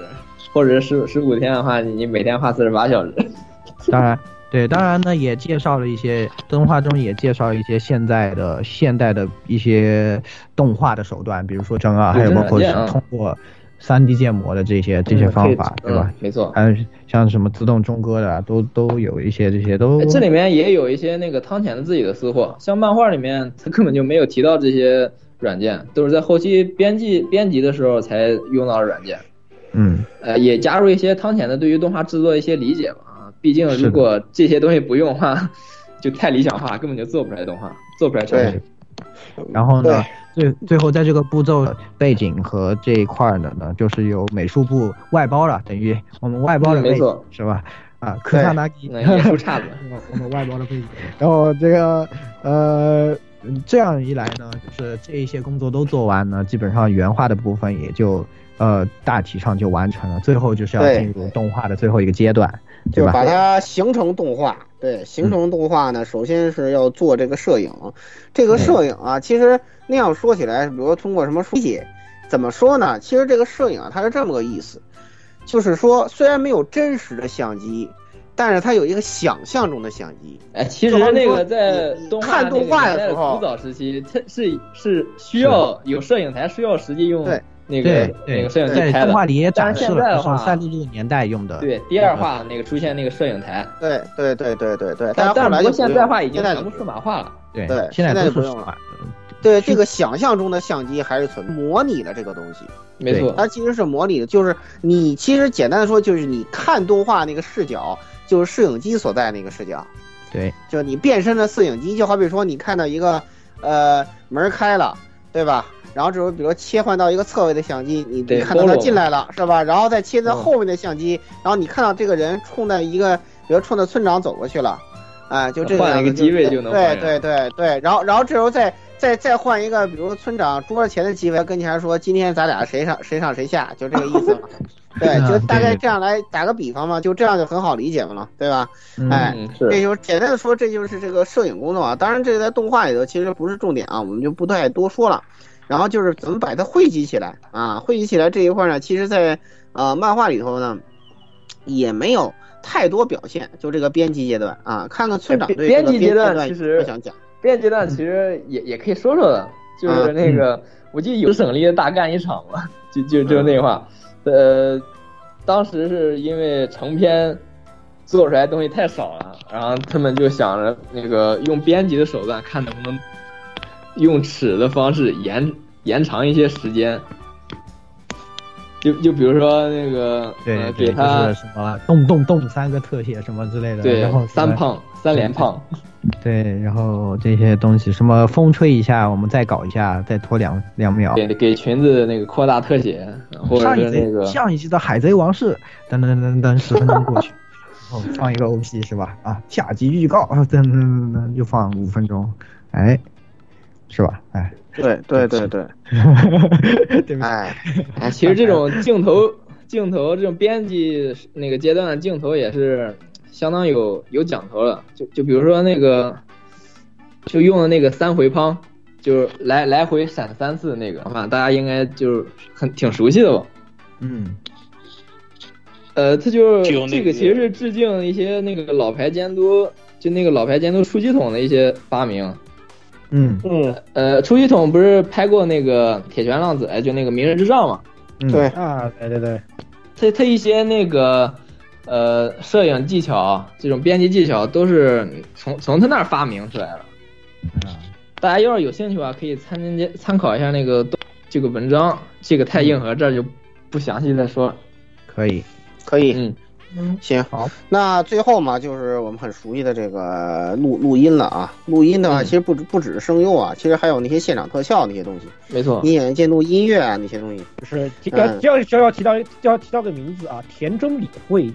或者十十五天的话，你你每天画四十八小时。 当然。对，当然呢，也介绍了一些动画中也介绍了一些现在的现代的一些动画的手段，比如说真啊，还有包括是通过三 D 建模的这些这些方法，对吧嗯？没错。还有像什么自动中歌的啊，都都有一些这些都哎。这里面也有一些那个汤浅的自己的私货，像漫画里面他根本就没有提到这些软件，都是在后期编辑编辑的时候才用到的软件。嗯，呃，也加入一些汤浅的对于动画制作一些理解吧。啊，毕竟如果这些东西不用的话， 就太理想化，根本就做不出来动画，做不出来产品。然后呢，最最后在这个步骤背景和这一块儿的呢，就是由美术部外包了，等于我们外包的嗯背没景、错是吧？啊，科萨纳基那也出岔子。我们外包的背景。然后这个呃，嗯这样一来呢，就是这一些工作都做完呢，基本上原画的部分也就呃大体上就完成了，最后就是要对进入动画的最后一个阶段，对就吧？嗯把它形成动画。对，形成动画呢，首先是要做这个摄影。这嗯个摄影啊，其实那样说起来，比如说通过什么书写，怎么说呢？其实这个摄影啊，它是这么个意思，就是说虽然没有真实的相机，但是它有一个想象中的相机。哎，其实就好比那说个在动画看动画的的时候古早时期，它是是需要有摄影台，需要实际用那个对那对个摄影在机拍的。动画里也但展是示现在了的不少话，三六六年代用的。对第二话那个出现那个摄影 台。对对对对对对，但但是后来不过就现不在用话已经现在全部数码化了。对对，现在在就都是不数用了码。对这个想象中的相机还是存模拟的这个东西，没错对它其实是模拟的，就是你其实简单的说，就是你看动画那个视角，就是摄影机所在那个视角，对，就是你变身的摄影机，就好比说你看到一个呃门儿开了，对吧？然后这时候比如说切换到一个侧位的相机，你对你看到菠他萝进来了是吧？然后再切嗯到后面的相机，然后你看到这个人冲着一个，比如冲着村长走过去了，啊，就这个换样一个子机位就能对换对对对，然后然后这时候再再再换一个，比如村长桌子前的机位，跟前说今天咱俩谁上谁上谁下，就这个意思嘛。对，就大嗯概这样来打个比方嘛，就这样就很好理解嘛了，对吧？嗯哎，是这就是简单的说，这就是这个摄影工作啊。当然，这个在动画里头其实不是重点啊，我们就不太多说了。然后就是怎么把它汇集起来啊，汇集起来这一块呢，其实在呃漫画里头呢也没有太多表现，就这个编辑阶段啊，看看村长对这编个编辑辑阶段段有其什么实想讲。编辑阶嗯段其实也也可以说说的，就是嗯那个我记得有省力的大干一场嘛， 就就就嗯那话，呃，当时是因为成片做出来的东西太少了，然后他们就想着那个用编辑的手段看能不能用尺的方式延延长一些时间。就就比如说那个，对呃、对，给就他是什么动动动三个特写什么之类的，对然后三胖三连胖，对，然后这些东西什么风吹一下，我们再搞一下，再拖两两秒。给给裙子那个扩大特写，或者上一是那集个上一集的《海贼王》是噔噔噔噔，十分钟过去，然后放一个 OP 是吧？啊，下集预告，噔噔噔噔，又放五分钟，哎，是吧？哎， 对对对对，对不起， 哎，其实这种镜头镜头这种编辑那个阶段的镜头也是相当有有讲头了。就就比如说那个，就用的那个三回乓，就是来来回闪三次那个，啊，大家应该就是很挺熟悉的吧？嗯，呃，他就就那这个个其实是致敬一些那个老牌监督，就那个老牌监督出气筒的一些发明。嗯嗯，呃，出气筒不是拍过那个《铁拳浪子》哎，就那个《明日之杖》嘛？对啊，对对对，他他一些那个呃摄影技巧，这种编辑技巧都是从从他那儿发明出来的。大家要是有兴趣的话，可以参加参考一下那个动这个文章，这个太硬核，这儿就不详细再说了。可以，可以，嗯，嗯，行，好，那最后嘛，就是我们很熟悉的这个录录音了啊。录音的话，其实不止不只是声优啊，其实还有那些现场特效那些东西，没错你眼监督音乐啊那些东西。就是提要嗯要要要提到要提到个名字啊，田中理惠。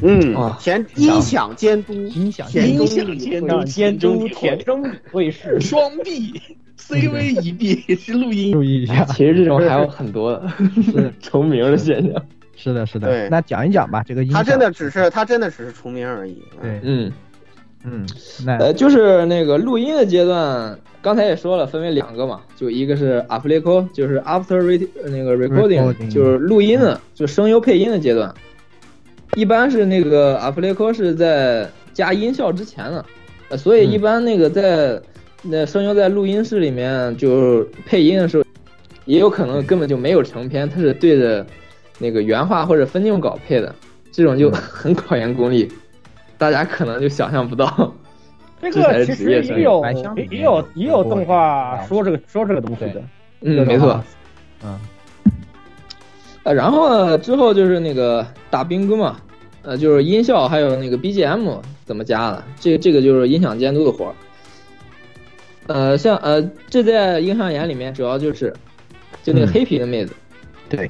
嗯，田音响监督，音响监督，音响监督监督，田中理惠 是双臂 CV 一臂是录音，注意一下。其实这种还有很多的 重名的现象。是的，是对的。那讲一讲吧，这个音他响。真的只是他真的只是重名而已。对，嗯嗯，那呃，就是那个录音的阶段，刚才也说了，分为两个嘛，就一个是 a p l i c o 就是 after re 呃那个 recording， Recording 就是录音的，就声优配音的阶段。一般是那个 a p l i c o 是在加音效之前的，呃，所嗯以一般那个在那声优在录音室里面就是配音的时候，也有可能根本就没有成片，它是对着那个原话或者分镜稿配的，这种嗯就很考验功力，大家可能就想象不到。这这才个是其职业实生也有涯也也有也有动画说这个说这个东西的，嗯，没错。嗯，呃，然后呢，之后就是那个打冰棍嘛，呃，就是音效还有那个 BGM 怎么加的，这这个就是音响监督的活儿。呃，像呃，这在映像眼里面主要就是，就那个嗯黑皮的妹子，对，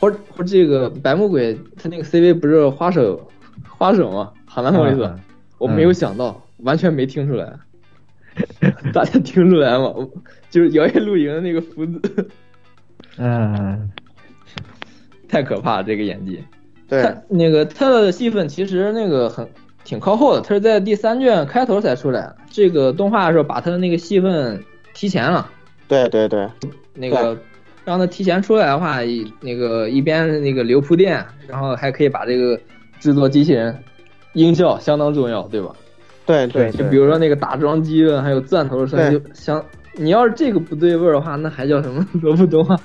或者或者这个白木鬼，他那个 CV 不是花手花手吗？好难我意思嗯，我没有想到，完全没听出来。 大家听出来吗？我就是摇曳露营的那个福子，嗯， 太可怕了，这个演技。对，那个他的戏份其实那个很挺靠后的，他是在第三卷开头才出来。这个动画的时候把他的那个戏份提前了，对对对，那个让他提前出来的话，一那个一边那个留铺垫，然后还可以把这个制作机器人音效相当重要，对吧？对对就对比如说那个打桩机了，还有钻头的声音，对就相你要是这个不对味儿的话，那还叫什么 萝卜动画？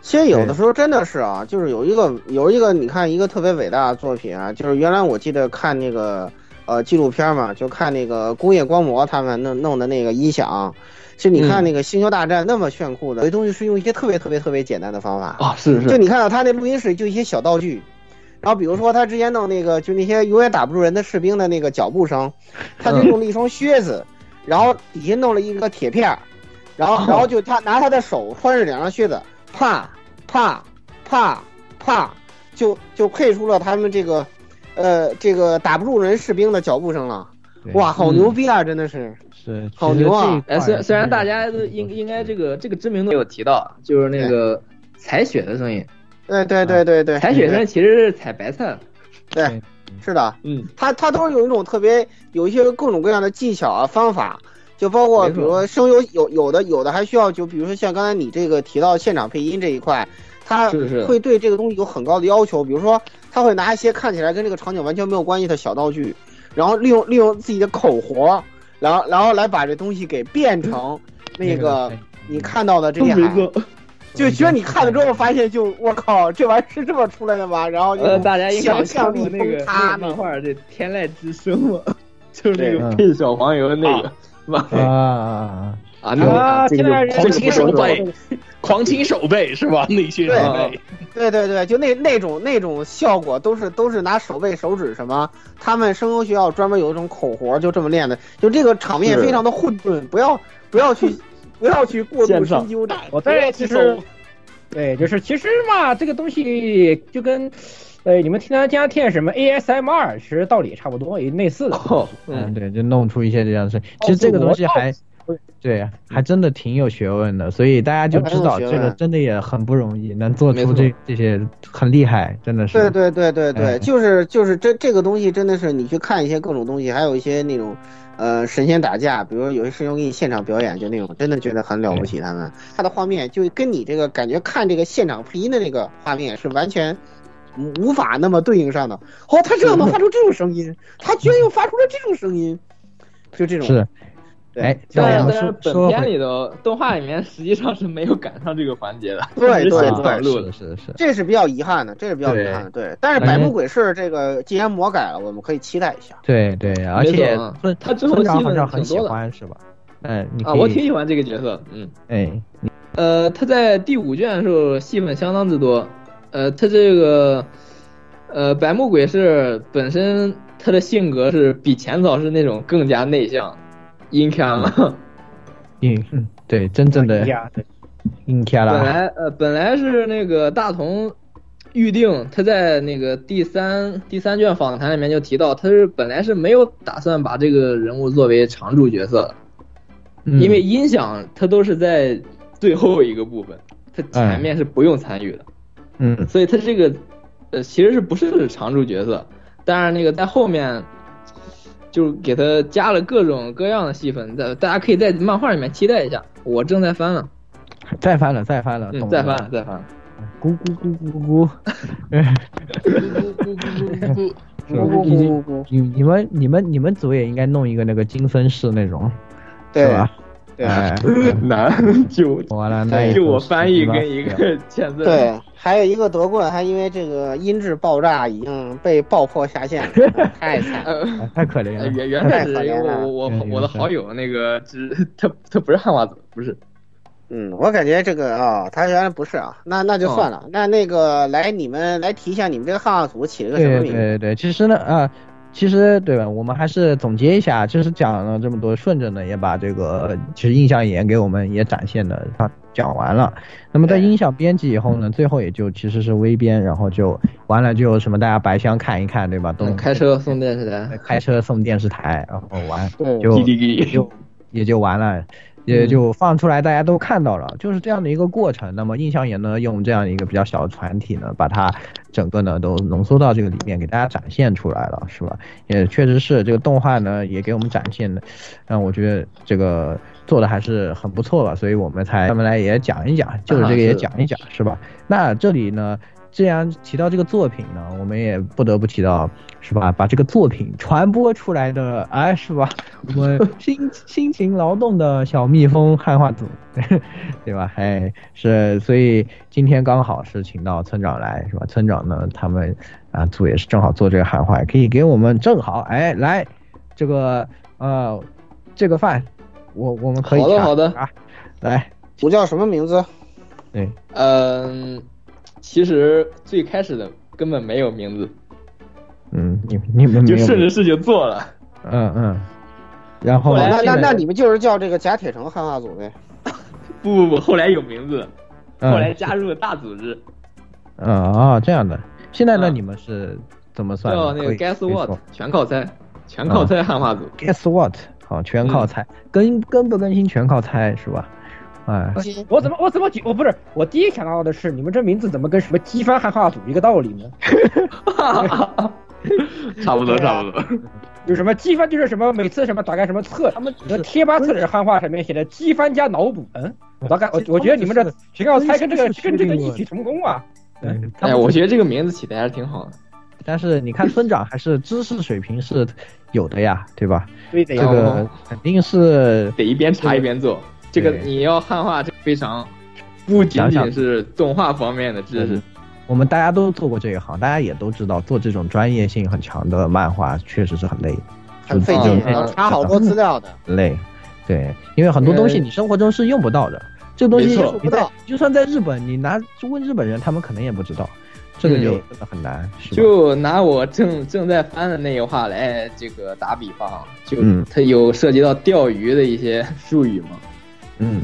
其实有的时候真的是啊，就是有一个有一个，你看一个特别伟大的作品啊，就是原来我记得看那个呃纪录片嘛，就看那个工业光魔他们弄弄的那个音响。其实你看那个《星球大战》那么炫酷的，这东西是用一些特别特别特别简单的方法啊，是是就你看到他那录音室就一些小道具，然后比如说他之前弄那个，就那些永远打不住人的士兵的那个脚步声，他就用了一双靴子，然后底下弄了一个铁片儿，然后然后就他拿他的手穿着两双靴子，啪啪啪啪，就就配出了他们这个，呃，这个打不住人士兵的脚步声了。哇，好牛逼啊！真的是，是好牛啊！哎，虽虽然大家都应应该这个这个知名度有提到，就是那个踩雪的声音，对对对对对，踩雪声其实是踩白菜了。对，是的，嗯，他他都是有一种特别有一些各种各样的技巧啊方法，就包括没错比如说声优有有的有的还需要就比如说像刚才你这个提到现场配音这一块，他是是会对这个东西有很高的要求，比如说他会拿一些看起来跟这个场景完全没有关系的小道具，然后利用利用自己的口活儿，然后然后来把这东西给变 成那个你看到的这厉害。就觉得你看了之后发现就，我靠，这玩意儿是这么出来的吗？然后就呃，大家应该想看象过力那个崩那塌个漫画，这《天籁之声》嘛， 就是那对个嗯配小黄油那个漫啊画啊啊，那个这个就狂亲手背，背，狂亲手背是吧？那些对手背，对对对，就那那种那种效果都是都是拿手背手指什么，他们声优学校专门有一种口活，就这么练的，就这个场面是非常的混沌，不要不要去不要去过度线上深究这。我在就是，对，就是其实嘛，这个东西就跟，呃，你们听他家听什么 ASMR，其实道理也差不多，也类似的。嗯，对，就弄出一些这样的事。其实这个东西哦还对对，还真的挺有学问的，所以大家就知道很有这学问个真的也很不容易，能做出这这些很厉害，真的是。对对对对对，哎就是就是这这个东西真的是你去看一些各种东西，还有一些那种，呃，神仙打架，比如有些师兄给你现场表演，就那种真的觉得很了不起。他们他的画面就跟你这个感觉看这个现场配音的那个画面是完全无无法那么对应上的。哦，他这样能发出这种声音，他居然又发出了这种声音，就这种是。对哎，那但我是们说但是本说片回里头动画里面实际上是没有赶上这个 环节的， 对对是对录是的是的，这是比较遗憾的，这是比较遗憾的，对。但是哎百目鬼市这个既然魔改了，我们可以期待一下。对对，而没错且啊村他之后村长戏份好像挺很喜多的欢是吧？嗯，你啊，可以我挺喜欢这个角色，嗯。哎，呃，他在第五卷的时候戏份相当之多，呃，他这个呃，白木鬼是本身他的性格是比浅草是那种更加内向，阴天嗯了。硬，嗯对，真正的硬卡本拉，来呃本来是那个大同预定，他在那个第三第三卷访谈里面就提到，他是本来是没有打算把这个人物作为常驻角色的，嗯因为音响它都是在最后一个部分，它哎前面是不用参与的，嗯所以他这个呃其实是不是常驻角色，但是那个在后面。就是给他加了各种各样的戏份，大大家可以在漫画里面期待一下。我正在翻了，再翻了，再翻了，嗯啊懂，再了翻了，再翻了。咕咕咕咕咕咕，咕咕咕咕咕你你们你们你们组也应该弄一个那个精分式那种，对是吧？对哎，难就完了，那也就不我是翻译吧啊跟一个签字。对，还有一个夺冠还因为这个音质爆炸已经被爆破下线了，太惨了。呃，哎太可怜呃了，原原太始可人怜我了我我嗯我的好友那个，只他他不是汉化组，不是嗯，我感觉这个啊、他原来不是啊，那那就算了。那那个来，你们来提一下你们这个汉化组起了个什么对名字？对对，其实呢啊、其实对吧？我们还是总结一下，就是讲了这么多，顺着呢也把这个其实印象也给我们也展现的他讲完了。那么在音响编辑以后嗯呢，最后也就其实是微编，然后就完了就什么大家白箱看一看，对吧？都嗯开车送电视台。开车送电视台，然后完对就滴滴滴也就也就完了，也就放出来，大家都看到了，就是这样的一个过程。那么印象也呢，用这样一个比较小的团体呢，把它整个呢都浓缩到这个里面，给大家展现出来了，是吧？也确实是这个动画呢，也给我们展现的，让我觉得这个做的还是很不错吧，所以我们才专门来也讲一讲，就是这个也讲一讲，是吧？那这里呢，既然提到这个作品呢，我们也不得不提到，是吧？把这个作品传播出来的，哎，是吧？我们辛辛勤劳动的小蜜蜂汉化组，嗯对吧？哎，是，所以今天刚好是请到村长来，是吧？村长呢，他们啊组也是正好做这个汉化，可以给我们正好，哎，来这个呃这个饭，我我们可以好的抢好的啊，来，组叫什么名字？对， 嗯，其实最开始的根本没有名字，嗯，你你们没就有顺着事情做了。嗯嗯，然后后来那那现在那你们就是叫这个假铁城汉化组呗。不不不，后来有名字，嗯后来加入了大组织，嗯哦这样的，现在呢你们是怎么算的？叫那个可以 Guess 可以说嗯 What，全靠猜，全靠猜汉化组。 Guess what？好，全靠猜，更更不更新全靠猜是吧？哎，我怎么我怎么觉我不是我第一想到的是你们这名字怎么跟什么机翻汉化组一个道理呢？差不多差不多。有什么机翻就是什么每次什么打开什么测他们有的贴吧测试汉化上面写的机翻加脑补，嗯，我大概我我觉得你们这全靠猜跟这个跟这个异曲同工啊。嗯他哎，们我觉得这个名字起的还是挺好的。但是你看村长还是知识水平是有的呀，对吧？对这个肯定是得一边查一边做。这个对你要汉化，这非常不仅想想仅是动画方面的知识，我们大家都做过这一行，大家也都知道，做这种专业性很强的漫画确实是很累，很费劲，嗯要查好多资料的。很累，对，因为很呃多东西嗯你生活中是用不到的，这个东西没错你在就算在日本，你拿问日本人，他们可能也不知道，这个嗯就真的很难，是吧就拿我正正在翻的那一话来这个打比方，就嗯它有涉及到钓鱼的一些术语嘛，嗯。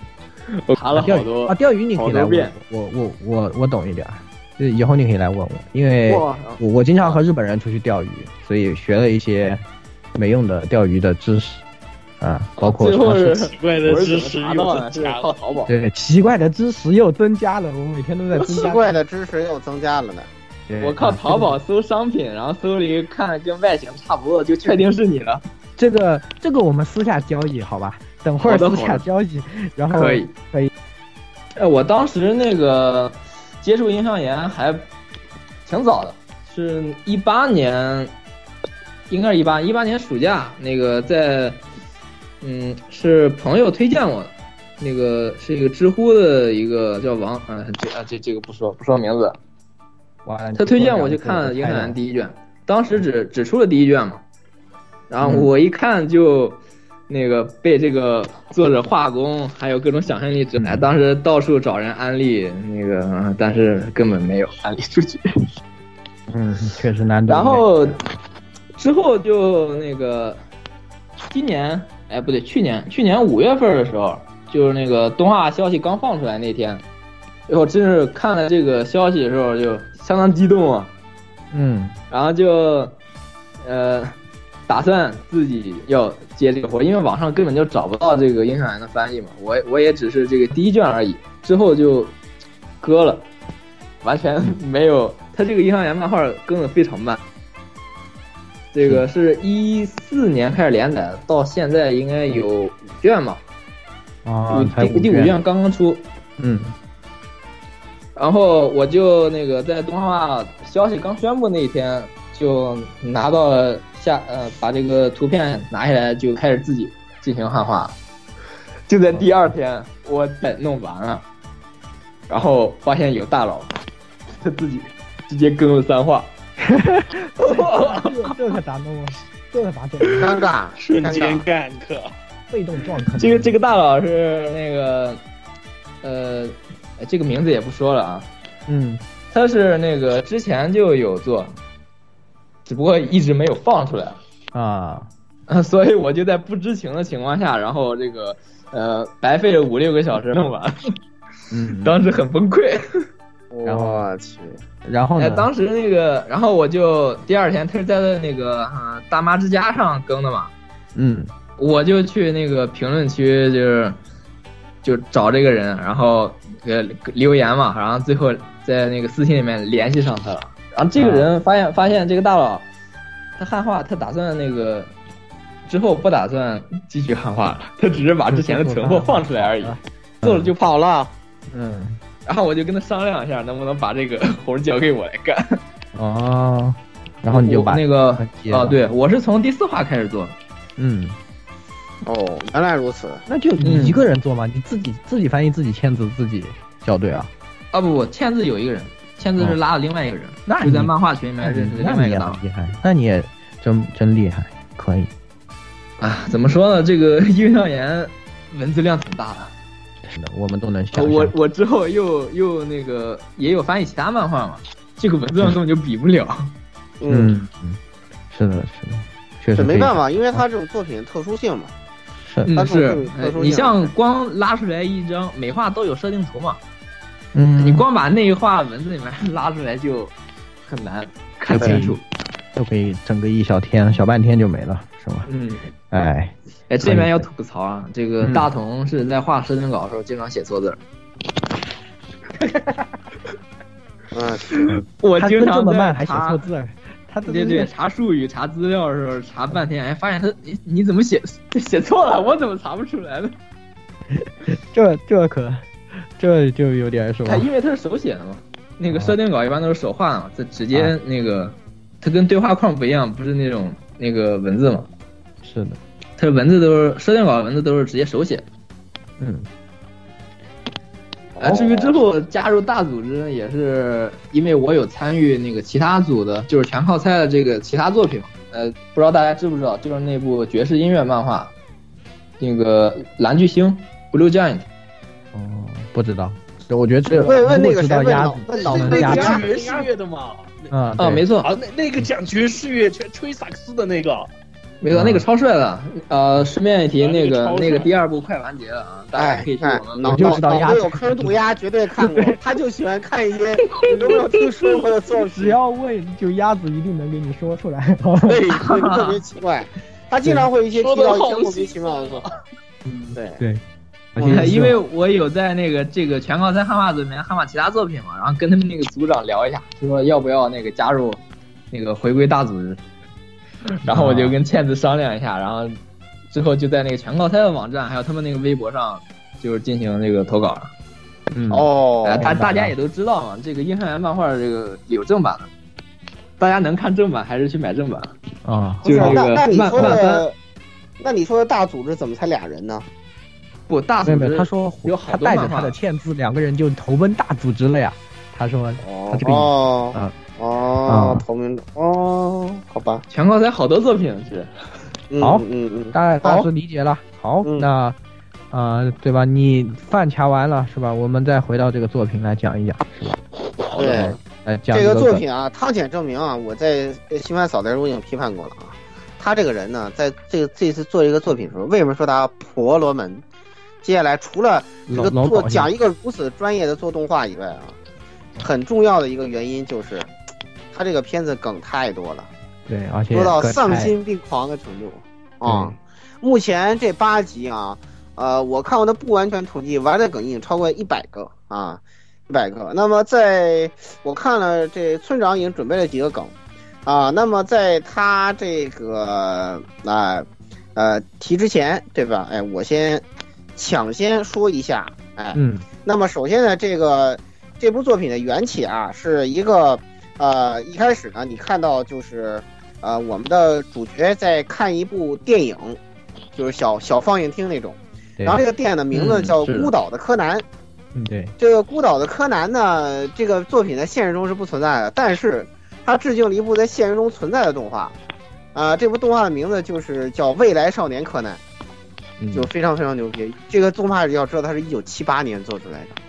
我查了好多啊，钓鱼你可以来好多问遍，我我我我懂一点儿，就以后你可以来问我，因为哇我我经常和日本人出去钓鱼，所以学了一些没用的钓鱼的知识啊，包括最后尝是试奇怪的我知是识怎又么查到的？是增加了靠淘宝。对奇怪的知识又增加了，我每天都在增奇加。怪的知识又增加了呢。对我靠啊淘宝搜商品，然后搜了一个看跟外形差不多，就确定是你了。这个这个我们私下交易好吧？等会儿好的私好下的交易，然后可以可以，哎，我当时那个接触印象研还挺早的，是一八年，应该是一八一八年暑假，那个在，嗯，是朋友推荐我的，那个是一个知乎的一个叫王，啊，这啊这这个不说不说名字，完了他推荐我去看《影海人》第一卷，当时嗯只只出了第一卷嘛，然后我一看就那个被这个作者画工还有各种想象力指嗯来，当时到处找人安利那个，但是根本没有安利出去。 嗯，确实难度。然后之后就那个今年，哎不对，去年去年五月份的时候，就是那个动画消息刚放出来那天，哎我真是看了这个消息的时候就相当激动啊，嗯，然后就呃打算自己要接这个活，因为网上根本就找不到这个音响人的翻译嘛，我我也只是这个第一卷而已，之后就割了，完全没有。他这个银行员漫画更的非常慢，这个是一四年开始连载的，到现在应该有五卷吧，啊五，才第第五 卷 刚刚出，嗯，然后我就那个在动画消息刚宣布那一天，就拿到了下呃把这个图片拿下来，就开始自己进行汉化，就在第二天我等弄完了，然后发现有大佬他自己直接更了三话，这可咋弄啊？这可咋整？ 尴尬，瞬间干客，被动撞坑。这个这个大佬是那个，呃，这个名字也不说了啊，嗯，他是那个之前就有做，只不过一直没有放出来 啊，啊所以我就在不知情的情况下，然后这个呃白费了五六个小时弄完了，嗯， 当时很崩溃。然后我去，然后哎，呢？当时那个，然后我就第二天，他是在那个、呃、大妈之家上更的嘛，嗯，我就去那个评论区，就是就找这个人，然后呃留言嘛，然后最后在那个私信里面联系上他了。然后这个人发现、发现这个大佬，他汉化，他打算那个之后不打算继续汉化了，他只是把之前的 存货放出来而已，做了就跑了。嗯，然后我就跟他商量一下，能不能把这个活儿交给我来干。 哦，然后你就把我那个接了啊，对，我是从第四话开始做的。嗯，哦，原来如此，那就你一个人做嘛，你自己自己翻译，自己签字，自己校对啊。啊不不，签字有一个人，签字是拉了另外一个人，哦那就在你漫画群里面认识的嗯那另外一你个也大佬很厉害，那你也真真厉害，可以。啊。怎么说呢？这个印象岩文字量挺大的。是的，我们都能想象。啊我我之后又又那个也有翻译其他漫画嘛，这个文字量根本就比 不了。嗯嗯，是的，是的，确实这没非办常法，因为他这种作品特殊性嘛，嗯它是这种，特殊呃性你像光拉出来一张，每画都有设定图嘛，嗯，你光把那一画文字里面 拉出来就很难看清楚。就可以整个一小天小半天就没了，是吗？嗯，哎，哎，这边要吐槽啊，这嗯个大同是在画设定稿的时候经常写错字儿。嗯，我他经这常么在慢还写查错字儿，他这对对，查术语、查资料的时候查半天，哎，发现他你你怎么写 写错了？我怎么查不出来呢？这这可这就有点什哎，么因为他是手写的嘛，那个设定稿一般都是手画的嘛，这直接那个，它跟对话框不一样，不是那种那个文字嘛，是的，它文字都是设定稿文字都是直接手写。嗯。啊，至于之哦后加入大组织呢，也是因为我有参与那个其他组的，就是全靠猜的这个其他作品嘛。呃，不知道大家知不知道，就是那部爵士音乐漫画，那个蓝巨星 Blue Giant。哦不知道。我觉得这问问如果那个知道谁问鸭老子，问我老们那鸭个子啊讲爵士乐的嘛，啊啊，没错，啊，那那个讲爵士乐吹吹萨克斯的那个，没错，那啊个超帅的。呃，顺便一提，那啊那个个超帅那个第二部快完结了啊，大家可以去哎我，们脑就脑知道脑鸭子子有坑毒鸭绝对 看过，他就喜欢看一些你都没有听说过的作只品，要问，就鸭子一定能给你说出来。 对，所以特别奇 怪，他经常会有一些提到一些莫名其妙的话，对，对，嗯哎 因为我有在那个这个全靠在汉化组里面汉化其他作品嘛，然后跟他们那个组长聊一下，就说要不要那个加入那个回归大组 织，然后我就跟倩子商量一下，然后之后就在那个全靠猜的网站还有他们那个微博上就是进行这个投稿了。嗯哦哎，大大家也都知道嘛，这个《阴汉元漫画》这个有正版的，大家能看正版还是去买正版？啊，就是这那个那你慢说慢翻的，那你说的大组织怎么才俩人呢？不没大组有没织有，他说有好他多带着漫他画的欠字，两个人就投奔大组织了呀。他说他这个意思哦啊，哦啊，同名哦，好吧，全靠在好多作品是。嗯好嗯嗯，大概大致理解了。好，那呃，对吧？你饭卡完了是吧？我们再回到这个作品来讲一讲，是吧？对，哎，这个个作品啊，汤浅证明啊，我在呃新番扫雷时候已经批判过了啊。他这个人呢，在这这次做一个作品的时候，为什么说他婆罗门？接下来除了这个老老搞做笑讲一个如此专业的做动画以外啊，很重要的一个原因就是，他这个片子梗太多了，对，而且多到更丧太心病狂的程度。啊、目前这八集啊，呃，我看过的不完全统计，玩的梗已经超过一百个啊，一百个。那么在我看了这村长已经准备了几个梗，啊，那么在他这个啊呃提之前，对吧？哎，我先抢先说一下，哎，嗯，那么首先呢，这个这部作品的缘起啊，是一个呃，一开始呢，你看到就是呃，我们的主角在看一部电影，就是小小放映厅那种。对然后这个电影的名字嗯叫是《孤岛的柯南》。嗯对，这个《孤岛的柯南》呢，这个作品在现实中是不存在的，但是它致敬了一部在现实中存在的动画，啊、这部动画的名字就是叫《未来少年柯南》，就嗯嗯非常非常牛逼。这个动画要知道，它是一九七八年做出来的，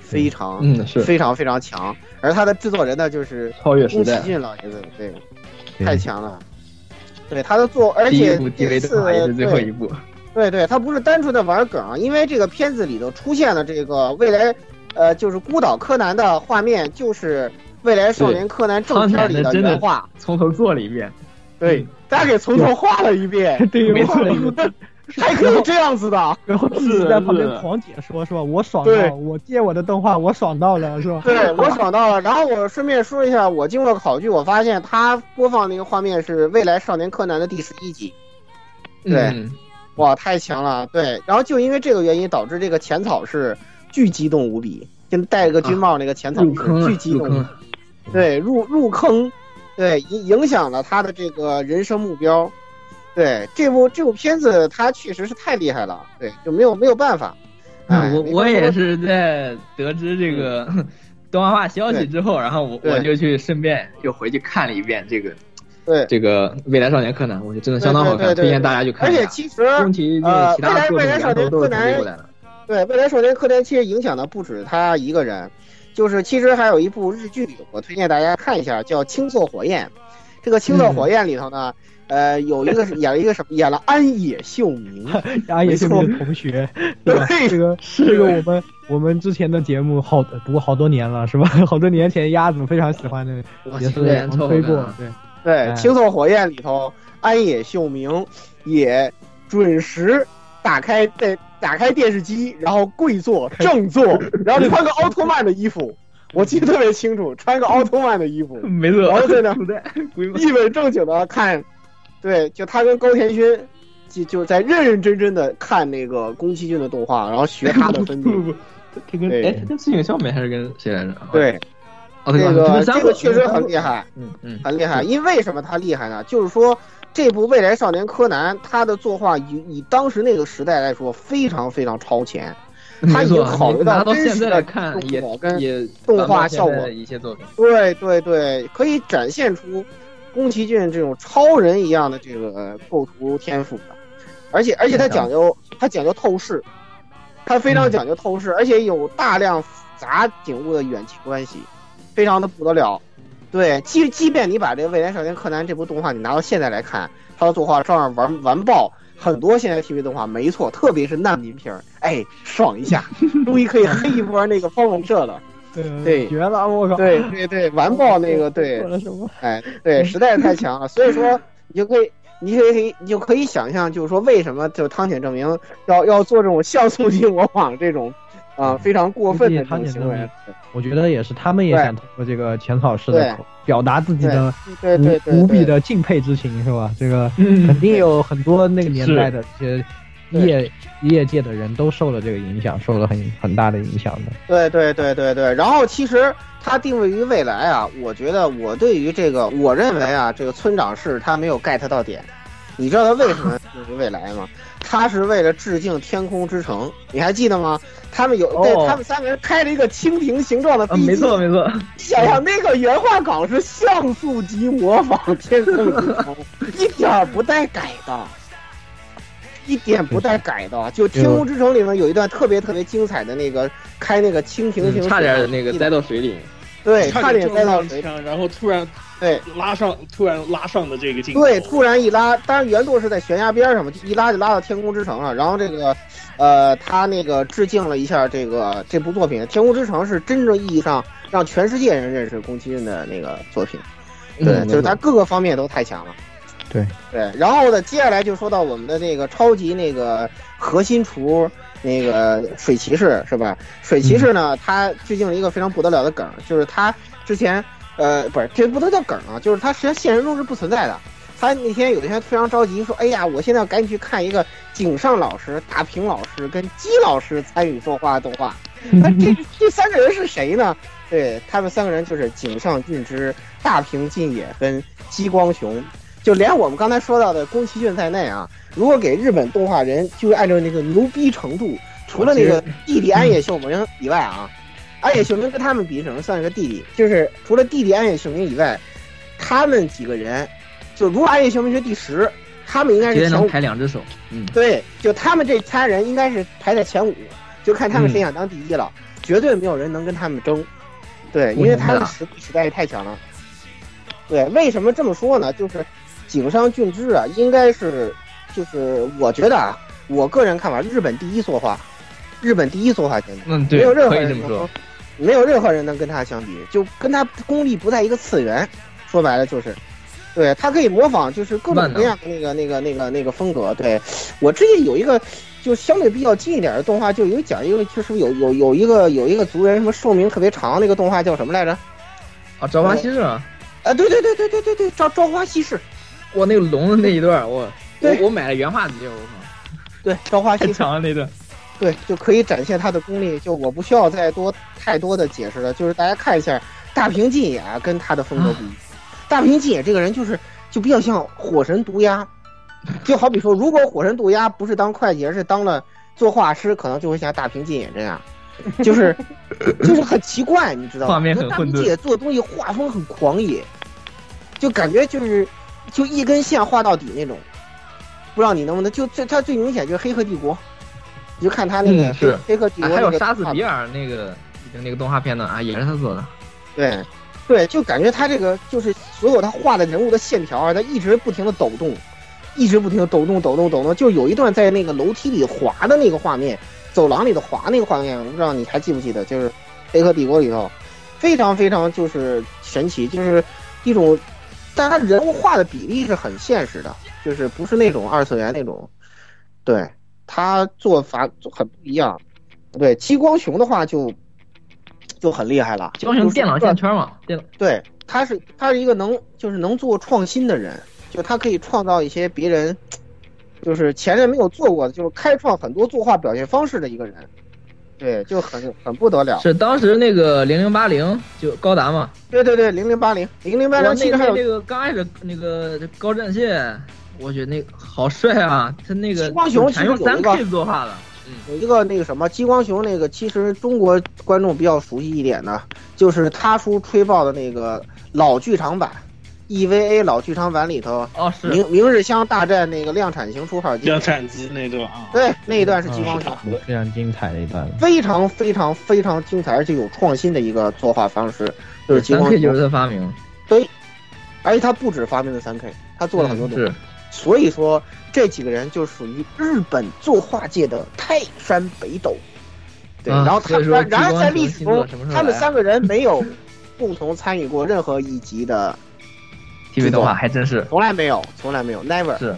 非常嗯是非常非常强。而它的制作人呢，就是超越时代宫崎骏老爷子，对，太强了。对他的作，而第一且部这 DV 次动画也是最后一对部，对对，他不是单纯的玩梗儿，因为这个片子里头出现了这个未来，呃，就是孤岛柯南的画面，就是未来少年柯南正片苍井里的的真原的画，从头做了一遍，对，大家给从头画了一遍，对 没画错了 一遍，还可以这样子的，然后自己在旁边狂解说是吧？我爽到对了，我借我的动画，我爽到了是吧？对我爽到了。然后我顺便说一下，我经过考据，我发现他播放那个画面是《未来少年柯南》的第十一集。对，嗯哇，太强了！对，然后就因为这个原因，导致这个浅草是巨激动无比，跟戴个军帽那个浅草入坑是了巨激入动坑无了比，对，入入坑，对，影影响了他的这个人生目标。对，这部这部片子他确实是太厉害了，对，就没有没有办法。哎嗯我没我办法也是在得知这个 动画化消息之后，然后我对我就去顺便又回去看了一遍这个对这个未来少年柯南，我觉得真的对相当好对对看，对推荐大家去看而一下。且其实宫崎骏呃，未其他来作未品来少源头年都柯是从南这过来的。对，未来少年柯南其实影响的不止他一个人，就是其实还有一部日剧，我推荐大家看一下，叫《青色火焰》。这个《青色火焰》里头呢，呃，有一个是演了一个什么，演了安野秀明，啊，也是没我错的同学，对吧？这个这个我们我们之前的节目好读好多年了，是吧？ 好多年前鸭子非常喜欢的，也是现在我们推过凑合，啊对对，哎《青色火焰》里头，安野秀明也准时打开在打开电视机，然后跪坐正坐，然后穿个奥特曼的衣服，我记得特别清楚，穿个奥特曼的衣服， 没错然后在那古代 一本正经的看，对，就他跟高田勋。就就在认认真真的看那个宫崎骏的动画，然后学他的分 镜。这跟哎，他跟赤井秀美还是跟谁来着？ 对，哦对这哦他个跟三这浦个确实很厉害，嗯嗯，很厉害。因为什么他厉害呢？就是说这部《未来少年柯南》，他的作画以以当时那个时代来说，非常非常超前。他已经考虑拿到到真现实在的来看动也作跟也动画效咱们现在果的，一些作品，对对对，可以展现出宫崎骏这种超人一样的这个构图天赋的，而且而且他讲究他讲究透视，他非常讲究透视，而且有大量复杂景物的远近关系，非常的不得了。对，即即便你把这个《未来少年柯南》这部动画你拿到现在来看，它的作画照样完完爆很多现在 TV 动画，没错，特别是难民片儿，哎，爽一下，终于可以黑一波那个方文社了。对对绝了！我 靠，对对对，完爆那个 对做，了什么？哎，对，实在是太强了。所以说，你就可以，你可以，你就可以想象，就是说为什么就汤浅证明要要做这种像素性模仿这种，啊、非常过分的这嗯汤种浅行证明为。，我觉得也是，他们也对想通过这个浅草式的对表达自己的对对对对无无比的敬佩之情，是吧？这个嗯肯定有很多那个年代的这些对业业界的人都受了这个影响，受了很很大的影响的。对对对对对，然后其实它定位于未来啊，我觉得我对于这个，我认为啊，这个村长是他没有 get 到点。你知道他为什么定位未来吗？他是为了致敬《天空之城》，你还记得吗？他们有、哦对他们三个人开了一个蜻蜓形状的啊飞机、没错没错，想想那个原画稿是像素级模仿《天空之城》，一点儿不带改的，一点不带改的。就《天空之城》里面有一段特别特别精彩的那个开那个蜻蜓嗯形、差点那个栽到。到水里，对，差差点撞栽到上水里。墙，然后突然对拉上，突然拉上的这个镜头，对，突然一拉，当然原作是在悬崖边上嘛，一拉就拉到天空之城了。然后这个，呃，他那个致敬了一下这个这部作品，《天空之城》是真正意义上让全世界人认识宫崎骏的那个作品。对，嗯就是他各个方面都太强了。对，对，然后呢，接下来就说到我们的那个超级那个核心厨，那个水骑士是吧？水骑士嗯呢，他致敬了一个非常不得了的梗，就是他之前呃，不是这不能叫梗啊，就是他实际上现实中是不存在的。他那天有一天非常着急，说：“哎呀，我现在要赶紧去看一个井上老师、大平老师跟姬老师参与作画动画。”那这这三个人是谁呢？对他们三个人就是井上俊之、大平进也跟姬光雄，就连我们刚才说到的宫崎骏在内啊，如果给日本动画人就是按照那个牛逼程度，除了那个弟弟安野秀明以外啊，安野秀明跟他们比只能算是个弟弟，就是除了弟弟安野秀明以外，他们几个人，就如果安野秀明是第十，他们应该绝对是前能五抬两只手。嗯，对，就他们这仨人应该是排在前五，就看他们谁嗯想当第一了，绝对没有人能跟他们争。对，因为他们实力实在是太强了。对，为什么这么说呢？就是井上俊之啊，应该是，就是我觉得啊，我个人看法，日本第一作画，日本第一作画现在，嗯对没有任何可以人这么能说和，没有任何人能跟他相比，就跟他功力不在一个次元，说白了就是。对他可以模仿，就是各种各样的那个、那个、那个、那个风格。对我之前有一个，就相对比较近一点的动画，就有讲一个，就是有有有一个有一个族人什么寿命特别长，那个动画叫什么来着？啊，朝花夕拾啊，啊，对对对对对对对，朝朝花夕拾。我那个龙的那一段， 我我对我买了原画碟， 我靠，对，朝花 夕拾长了那段。对，就可以展现他的功力。就我不需要再多太多的解释了，就是大家看一下大平进也啊跟他的风格不一样。啊大平进也这个人就是就比较像火神毒鸦，就好比说，如果火神毒鸦不是当会计，而是当了作画师，可能就会像大平进也这样，就是就是很奇怪，你知道吗？画面很大混平沌进也做的东西画风很狂野，就感觉就是就一根线画到底那种。不知道你能不能就最他最明显就是《黑客帝国》，你就看他那个嗯是黑黑客帝啊国、还有杀死比，尔那个那个动画片呢啊，也是他做的。对，对，就感觉他这个就是所有他画的人物的线条啊，他一直不停的抖动，一直不停的抖动抖动抖动，就有一段在那个楼梯里滑的那个画面，走廊里的滑那个画面，我不知道你还记不记得，就是《黑客帝国》里头，非常非常就是神奇，就是一种，但他人物画的比例是很现实的，就是不是那种二次元那种，对他做法很不一样。对激光熊的话就就很厉害了，交成电脑线圈嘛，电脑对，他是他是一个能就是能做创新的人，就他可以创造一些别人就是前人没有做过的，就是开创很多作画表现方式的一个人。对，就很很不得了。是当时那个零零八零就高达嘛，对对对，零零八零零零八我零那其实个还那有个刚开始那个高战线，我觉得那个好帅啊，他那个激光熊其全实用有三一个 K 作画的，有一个那个什么激光熊那个，其实中国观众比较熟悉一点的，就是他叔吹爆的那个老剧场版 EVA 老剧场版里头，哦是明明日香大战那个量产型出号机，量产机那段啊，对那一段是激光啊熊。非常精彩的一段。非常非常非常精彩，而且有创新的一个作画方式，就是激三光 K 就是球。他发明，对，而且他不止发明了三 K，他做了很多东西。嗯是所以说这几个人就属于日本作画界的泰山北斗。对，啊然后他所以说们，然激而光在球历史星座中什么时，候他们来啊三个人没有共同参与过任何一集的 TV 动画还真是从来没有，从来没有，never。是，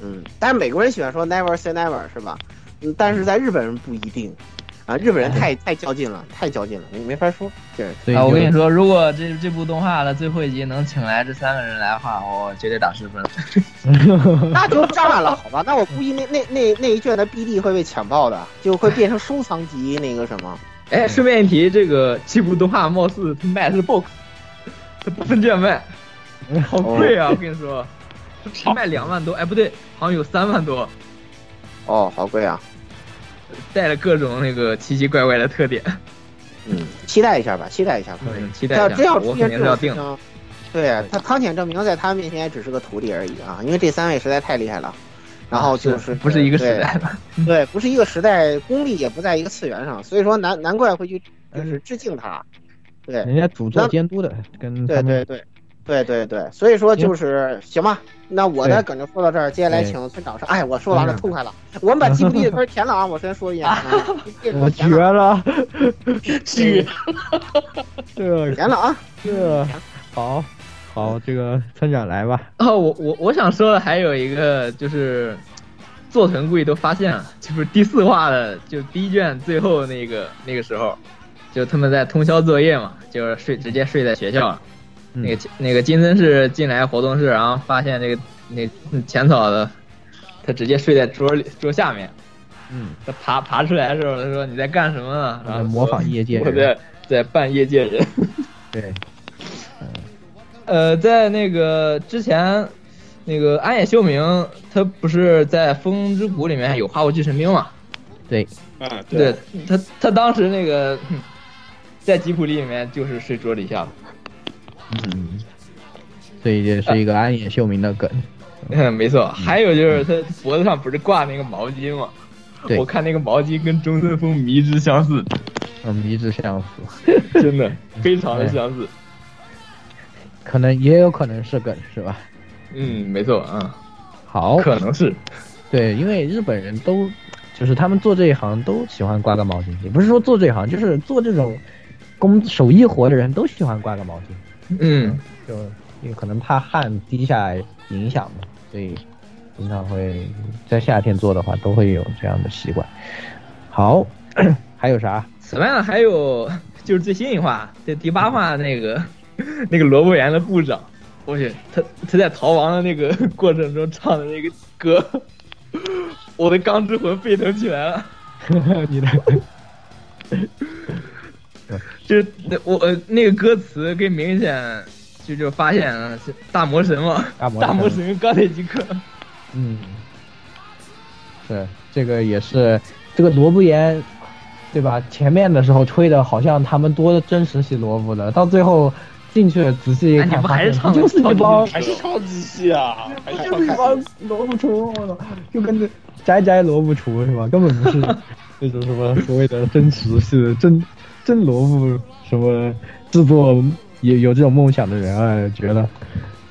嗯，但是美国人喜欢说 never say never 是吧？嗯，但是在日本人不一定，啊，日本人 太太较劲了，太较劲了，没没法说。对，啊，我跟你，说，如果这这部动画的最后一集能请来这三个人来画，我绝对打十分。那就炸了，好吧？那我估计那那那那一卷的 BD 会被抢爆的，就会变成收藏级那个什么。 哎，顺便一提，这个这部动画貌似它卖的是 box，它不分卷卖，好贵啊！我跟你说，它只卖两万多，哎不对，好像有三万多，哦，好贵啊！带了各种那个奇奇怪怪的特点。嗯，期待一下吧，期待一下吧。嗯，期待要一真下，要 我出肯现这定是种要事定。情，对啊他汤浅证明在他面前也只是个徒弟而已啊，因为这三位实在太厉害了。然后就是啊不是一个时代的，对，不是一个时代，功力也不在一个次元上，所以说难难怪会去就是致敬他。对，人家主做监督的，跟对他对们对对对对，所以说就是行吧。那我的对梗就说到这儿，接下来对请村长上。哎，我说完了，嗯痛快了。我们把记不地的分填了啊！我先说一眼，我呃绝 了，绝， 这填了啊！这好好，这个村长来吧，哦，我我我想说的还有一个就是，佐藤贵都发现了，就是第四话的，就第一卷最后那个那个时候，就他们在通宵作业嘛，就是睡直接睡在学校了。嗯那个那个金森是进来活动室，然后发现这个那浅草的，他直接睡在桌里桌下面。嗯，他爬爬出来的时候，他说你在干什么呢？然后啊模仿业界我人，在在扮业界人。 对，呃，在那个之前，那个安野秀明他不是在《风之谷》里面有花无惧神兵嘛？对，啊，对他，他当时那个哼在吉普力里面就是睡桌底下的。嗯，所以这是一个安野秀明的梗，嗯嗯， 没错。还有就是他脖子上不是挂那个毛巾嘛？对我看那个毛巾跟中村风迷之相似，嗯，迷之相符， 真的非常的相似。可能也有可能是梗是吧？嗯，没错啊。好，可能是，对，因为日本人都就是他们做这一行都喜欢挂个毛巾，也不是说做这一行，就是做这种工手艺活的人都喜欢挂个毛巾，嗯，就因为可能怕汗滴下来影响嘛，所以经常会在夏天做的话都会有这样的习惯。好， 还有啥？ 此外呢，还有就是最新一话，这第八话那个 那个萝卜园的部长，我去，他他在逃亡的那个 过程中唱的那个歌， 我的钢之魂沸腾起来了。你的就是那我呃那个歌词跟明显就就发现了是大魔神嘛，大魔神大魔神跟钢铁吉克，嗯，是这个也是这个萝卜盐，对吧？前面的时候吹的好像他们多真实洗萝卜的，到最后进去仔细一哎，你看，不发还现是唱就是一帮还是超级细啊，还 是就是一帮萝卜虫，我操，就跟那宅宅萝卜厨是吧？根本不是 那种什么所谓的真实是真真萝卜什么制作也有这种梦想的人啊，觉得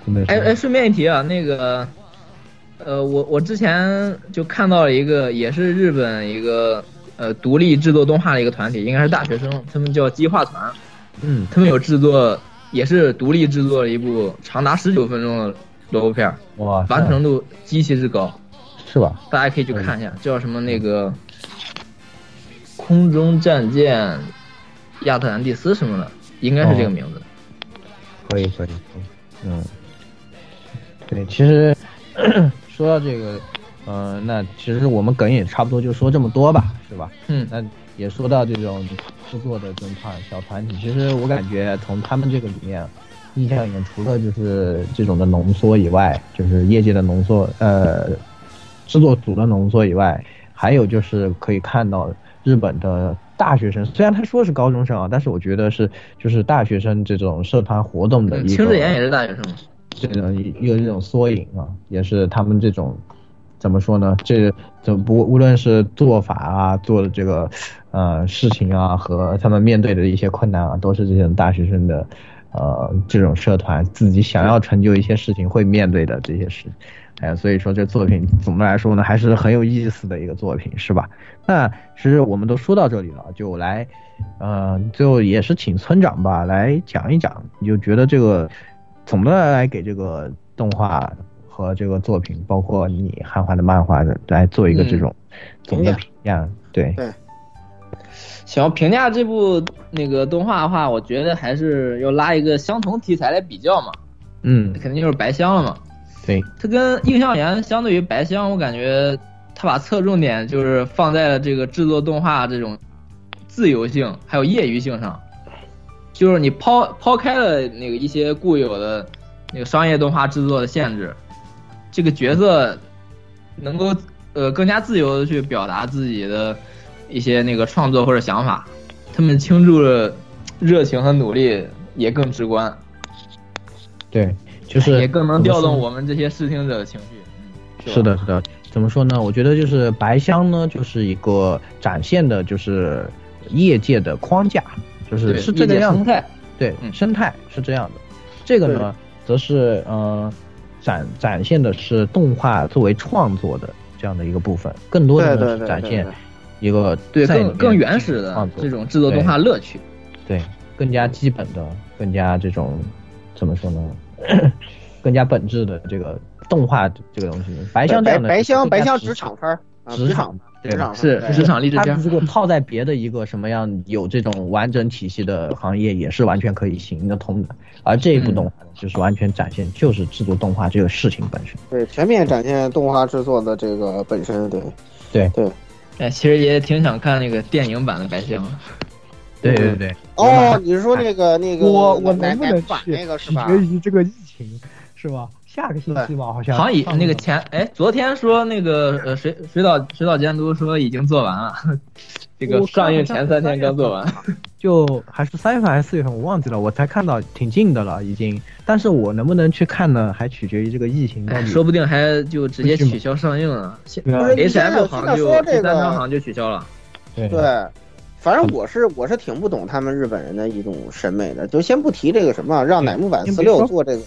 真的是哎哎，顺便一提啊，那个，呃，我我之前就看到了一个，也是日本一个呃独立制作动画的一个团体，应该是大学生，他们叫激化团，嗯，他们有制作，也是独立制作了一部长达十九分钟的萝卜片儿，哇塞完成度极其之高，是吧？嗯大家可以去看一下，叫什么那个空中战舰亚特兰蒂斯什么的，应该是哦这个名字。可以可以，可以，嗯，对，其实说到这个，呃，那其实我们梗也差不多就说这么多吧，是吧？嗯，那也说到这种制作的这种团小团体，其实我感觉从他们这个里面，印象里面除了就是这种的浓缩以外，就是业界的浓缩，呃，制作组的浓缩以外，还有就是可以看到日本的大学生，虽然他说是高中生啊，但是我觉得是就是大学生这种社团活动的一个嗯青之眼也是大学生嘛。这种一一个这种缩影啊，也是他们这种怎么说呢？这这不无论是做法啊，做的这个呃事情啊，和他们面对的一些困难啊，都是这种大学生的呃这种社团自己想要成就一些事情会面对的这些事。哎，所以说这作品总的来说呢，还是很有意思的一个作品，是吧？那其实我们都说到这里了，就来，呃，最后也是请村长吧来讲一讲，你就觉得这个总的来给这个动画和这个作品，包括你汉化的漫画的，来做一嗯个这种总的评价。对，想要评价这部那个动画的话，我觉得还是要拉一个相同题材来比较嘛，嗯，肯定就是白香了嘛。对，它跟映像岩相对于白香，我感觉它把侧重点就是放在了这个制作动画这种自由性还有业余性上，就是你抛抛开了那个一些固有的那个商业动画制作的限制，这个角色能够呃更加自由的去表达自己的一些那个创作或者想法，他们倾注了热情和努力，也更直观，对，哎就是也更能调动我。我们这些视听者的情绪。嗯是的，是的。怎么说呢？我觉得就是白箱呢，就是一个展现的，就是业界的框架，就是对是这个业界样生子态。嗯对，生态是这样的。这个呢，则是呃展展现的是动画作为创作的这样的一个部分，更多的对对呢对是展对现对一个对在里更面更原始的创作这种制作动画乐趣。对，更加基本的，更加这种怎么说呢？ 更加本质的这个动画这个东西，白箱这白样的白箱更加白箱直职场番儿啊，职场对吧是对职场励志它片如果套在别的一个什么样有这种完整体系的行业，也是完全可以行得通的。而这嗯一部动画呢就是完全展现就是制作动画这个事情本身。对，全面展现动画制作的这个本身，对，对对，哎，其实也挺想看那个电影版的白箱。对对对，哦，你是说那个那个我我奶能不奶能不管去？那个是吧取？决于这个疫情，是吧？下个星期吧，好像好像也上那个前哎，昨天说那个呃水水岛水岛监督说已经做完了， 这个我看上映前三天刚做完。就还是三月份还是四月份，我忘记了，我才看到挺近的了已经。但是我能不能去看呢，还取决于这个疫情到哎底。说不定还就直接取消上映啊了。现不是你现 H 在 M 好像就现在说这第个三章好像就取消了。对对，反正我是我是挺不懂他们日本人的一种审美的，就先不提这个什么，让乃木坂四六做这个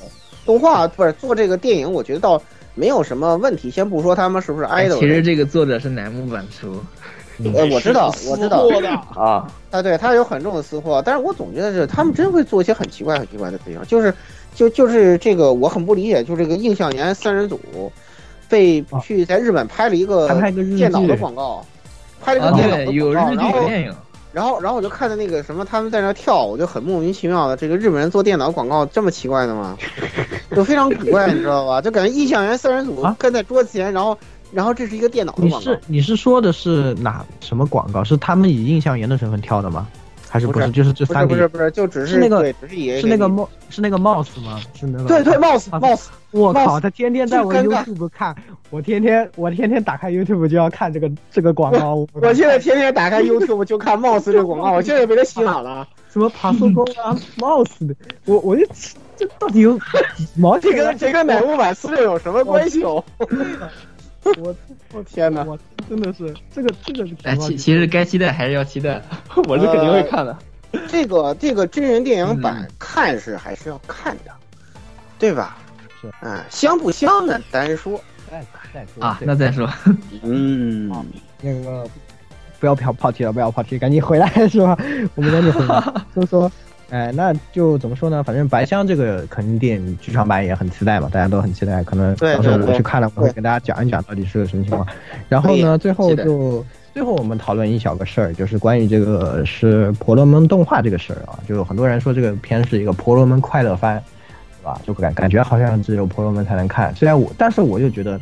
动画，不是做这个电影，我觉得倒没有什么问题。先不说他们是不是哎 idol，其实这个作者是乃木坂出。呃，我知道，我知道啊，啊，对他有很重的私货，但是我总觉得是他们真会做一些很奇怪、很奇怪的事情，就是，就就是这个我很不理解，就是这个印象研三人组被啊去在日本拍了一个他拍一个日剧电脑的广告，拍了一个啊电脑的对有广日告，剧然后有电影然后然后我就看到那个什么他们在那儿跳，我就很莫名其妙的，这个日本人做电脑广告这么奇怪的吗？就非常古怪，你知道吧？就感觉印象研三人组跟在桌子前，然后然后这是一个电脑的啊你广告是。你是说的是哪什么广告？是他们以印象研的身份跳的吗？还是不是？就是这不三是个不是不是，就只是那个对，只是 EA 是那个啊给你 mo 是那个 mouse 吗？是那个对对，mouse mouse，我靠， mouse，他天天在我巨尴尬 YouTube 看，我天天我天天打开 YouTube 就要看这个这个广告。我现在天天打开 YouTube 就看 Mouse 这个广告，我现在被他洗 脑了。什么爬速沟啊，mouse 的，我我就这到底有几毛钱这啊？跟这跟乃木坂四六有什么关系哦？我 我天哪！我真的是这个这个哎，其其实该期待还是要期待，我是肯定呃会看的。这个这个真人电影版看是还是要看的，对吧？是，嗯，香不香呢？单说。再说啊，那再说。嗯，那个不要跑跑题了，不要跑题，赶紧回来 是吧？我们赶紧回 来，说说哎，那就怎么说呢？反正白箱这个肯定剧场版也很期待嘛，大家都很期待。可能对到时候对我对去看了，我会跟大家讲一讲到底是个什么情况。然后呢，最后是的就最后我们讨论一小个事儿，就是关于这个是婆罗门动画这个事儿啊，就有很多人说这个片是一个婆罗门快乐番，对吧？就感感觉好像只有婆罗门才能看。虽然我，但是我就觉得。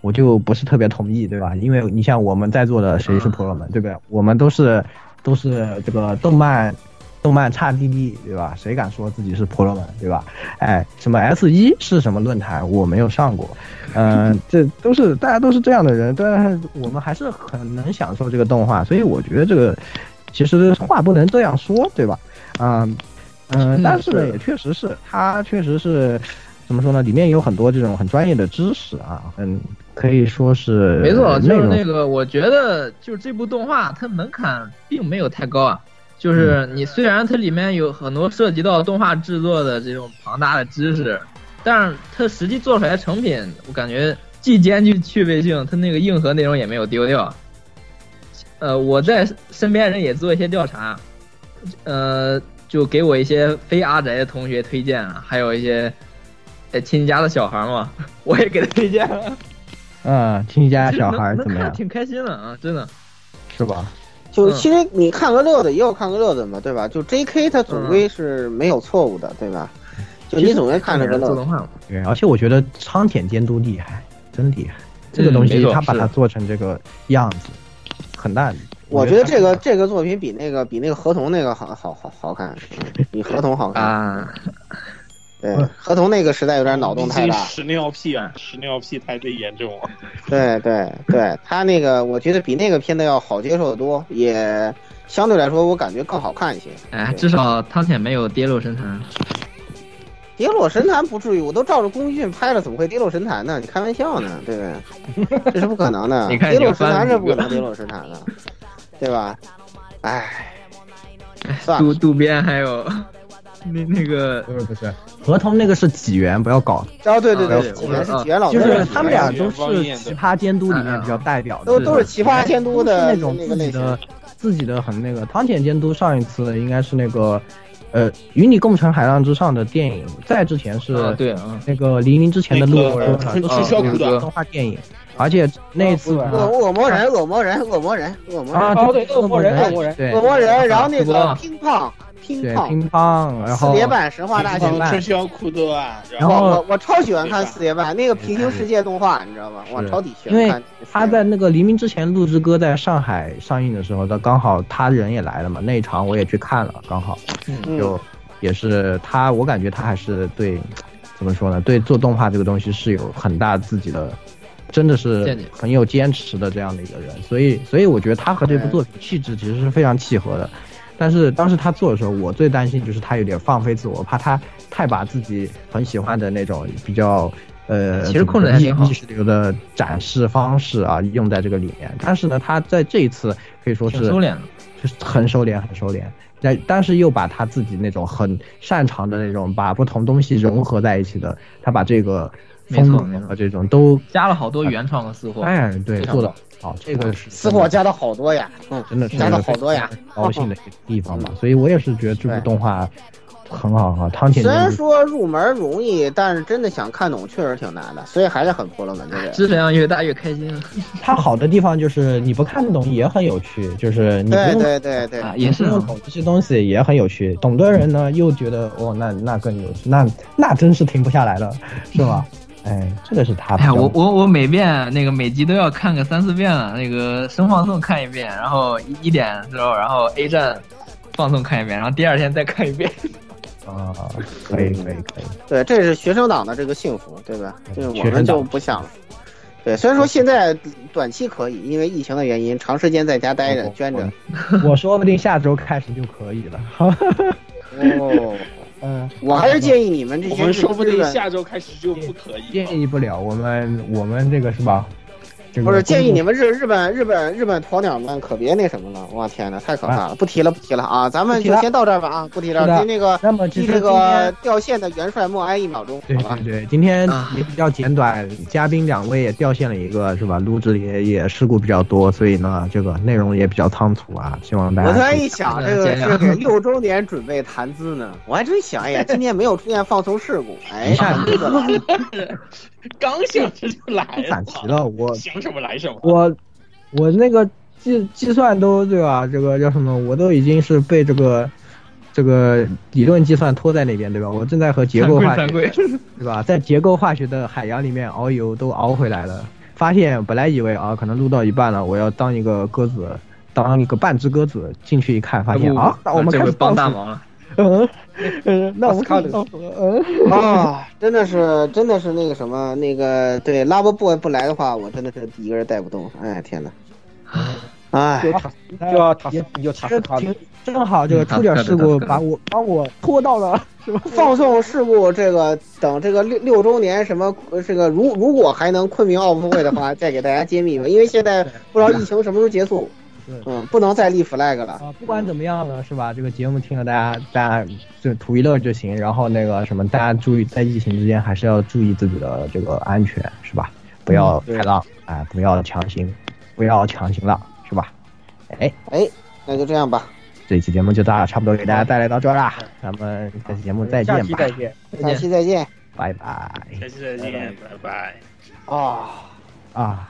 我就不是特别同意，对吧？因为你像我们在座的谁是婆罗门，对不对？我们都是都是这个动漫动漫差弟弟，对吧？谁敢说自己是婆罗门，对吧？哎，什么 S 一是什么论坛，我没有上过，呃嗯、这都是大家都是这样的人，但是我们还是很能享受这个动画，所以我觉得这个其实话不能这样说，对吧？嗯、嗯、但是呢，啊 是也确实是，它确实是怎么说呢？里面有很多这种很专业的知识啊，很可以说是没错，就呃内是容那个，我觉得就是这部动画它门槛并没有太高啊。就是嗯你虽然它里面有很多涉及到动画制作的这种庞大的知识，但是它实际做出来的成品，我感觉既兼具趣味性，它那个硬核内容也没有丢掉。呃，我在身边人也做一些调查，呃，就给我一些非阿宅的同学推荐啊，还有一些呃亲戚家的小孩嘛， 我也给他推荐了。嗯，亲戚家其实小能孩儿能怎么看样，挺开心的啊，真的。是吧？就其实你看个乐子也有看个乐子嘛，对吧？就 J.K. 它总归是没有错误的，对吧？就你总归看着个乐做子动。画嘛，对，而且我觉得苍田监督厉害，真厉害，这个嗯东西没错他把是它做成这个样子，很大。我觉得这个这个作品比那个比那个合同那个好好好好看，嗯比合同好看啊。对，合同那个实在有点脑洞太毕竟大。屎尿屁啊，屎尿屁太最严重了。对对对，他那个我觉得比那个片子要好接受的多，也相对来说我感觉更好看一些。哎，至少汤浅没有跌落神坛。跌落神坛不至于，我都照着宫崎骏拍了，怎么会跌落神坛呢？你开玩笑呢，对不对？这是不可能的。你看跌你落又神翻坛了是一不个可能跌落神坛的，对吧？哎，算渡了，渡边还有那那个不是不是，合同那个是纪元，不要搞。啊，对对啊对，纪元是纪元老哦就师，是他们俩都是奇葩监督里面比嗯较代表的，都都是奇葩监督的都是那种那个类自己的自己的很那个。汤浅监督上一次应该是那个，呃，与你共乘海浪之上的电影，再之前啊是对啊那个黎明之前的那路个过人传呃吃说小苦的动画电影，而且那次啊恶恶魔人，恶魔人，恶魔人，恶魔人，啊对恶魔人恶魔人恶魔人，然后那对个乒乓，乒对乓，乒乓，然后四叠半神话大乒乓全吃肖库多啊，然后我我我超喜欢看四叠半那个平行世界动画，你知道吗？我是超级喜因欢为看。他在那个黎明之前，《鹿之歌》在上海上映的时候，他刚好他人也来了嘛，那一场我也去看了，刚好，嗯就也是他，我感觉他还是对，怎么说呢，对做动画这个东西是有很大自己的，真的是见解很有坚持的这样的一个人，所以所以我觉得他和这部作品气质其实是非常契合的。但是当时他做的时候，我最担心就是他有点放飞自我，怕他太把自己很喜欢的那种比较呃，其实控制得还挺好意识流的展示方式啊，用在这个里面。但是呢，他在这一次可以说是挺收敛的，就是很收敛，很收敛。但但是又把他自己那种很擅长的那种把不同东西融合在一起的，他把这个没错风格和这种都加了好多原创的私货。哎对非常做的棒好，这个是私货加的好多呀，嗯，真的是加的好多呀。高兴的一个地方吧。所以我也是觉得这部动画很好啊，汤浅虽然监督说入门容易，但是真的想看懂确实挺难的，所以还是很婆罗门的人。知识量越大越开心啊！它好的地方就是呃你不看懂也很有趣，就是你不对用哎对对对，啊不用懂这些东西也很有趣，懂的人呢又觉得哦，那那更有趣，那那真是停不下来 了，是吧？哎，这个是他比哎较。呀，我我我每遍那个每集都要看个三四遍了，那个生放送看一遍，然后一一点的时候，然后 A 站放送看一遍，然后第二天再看一遍。啊，可以可以可以，对，这是学生党的这个幸福，对吧？这个我学们生党就不想了。对，虽然说现在短期可以，因为疫情的原因，长时间在家待哦着捐着。我说不定下周开始就可以了。 哦，嗯，我还是建议你们这我些们说不定日本下周开始就不可以。呃建议不了，我们我们这个是吧？这个不是建议你们日日本日本日本鸵鸟们可别那什么了，我天哪，太可怕了！不提了，不提了啊，咱们不提就了先到这儿吧啊，不提了是。的听这个那么其听实这今个天掉线的元帅默哀一秒钟，对对对，今天也比较简短，嘉宾两位也掉线了一个，是吧？录制里也也事故比较多，所以呢，这个内容也比较仓促啊，希望大家。我突然一想，这个是给给六周年准备谈资呢，我还真想，哎呀，今年没有出现放松事故，哎一下，这个刚想着就来了反，题了，我想什么来什么。我我那个计计算都对吧？这个叫什么？我都已经是被这个这个理论计算拖在那边，对吧？我正在和结构化学惭愧惭愧对吧，在结构化学的海洋里面遨游，都熬回来了。发现本来以为啊，可能录到一半了，我要当一个鸽子，当一个半只鸽子，进去一看，发现不啊，那我们这开回始帮大倒数忙了。嗯嗯，那我们开始倒数了嗯啊， 真的是，真的是那个什么，那个对拉布布不来的话，我真的是一个人带不动。哎，天哪！哎，就要塔斯，就塔斯卡挺正好这个嗯出点事故好的好的把我把我拖到了什么放送事故，这个等这个六六周年什么呃这个如如果还能昆明奥运会的 话，再给大家揭秘吧，因为现在不知道疫情什么时候结束，嗯，不能再立 flag 了。不管怎么样呢，是吧？这个节目听了，大家大家就图一乐就行。然后那个什么，大家注意在疫情之间还是要注意自己的这个安全，是吧？不要太浪，哎，不要强行，不要强行浪，是吧？哎，哎，那就这样吧，这一期节目就到差不多给大家带来到这儿啦，咱们下期节目再下见期吧，见，下期再见拜拜下期再见，拜拜。啊！啊！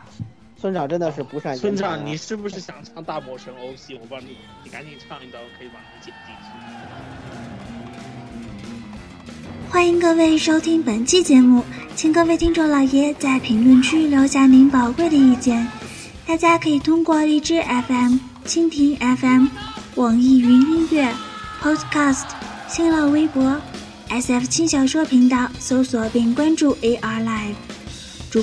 村长真的是不善言村传啊长，你是不是想唱大魔神 OC？我帮你，你赶紧唱一段，我可以把它剪进欢迎各位收听本期节目，请各位听众老爷在评论区留下您宝贵的意见。大家可以通过荔枝 FM、蜻蜓 FM、网易云音乐、Podcast、新浪微博、SF 轻小说频道搜索并关注 AR Live。主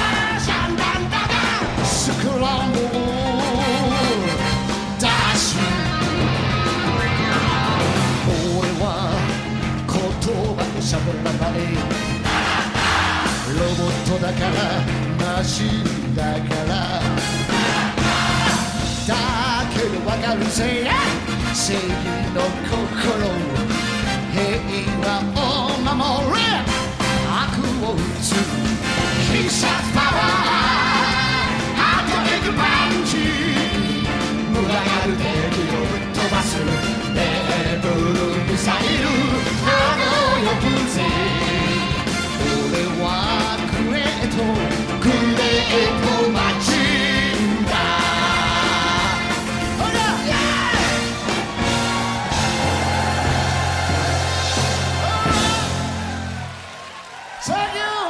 Dash, dash, からマシンだからだけどわかるぜ正義の心平和を守れ悪を打つ必殺パワーハートメイクパンチ群がる敵をぶっ飛ばすレーブルミサイルあの呼ぶぜ俺はグレートグレートマジンだほらやー Thank you!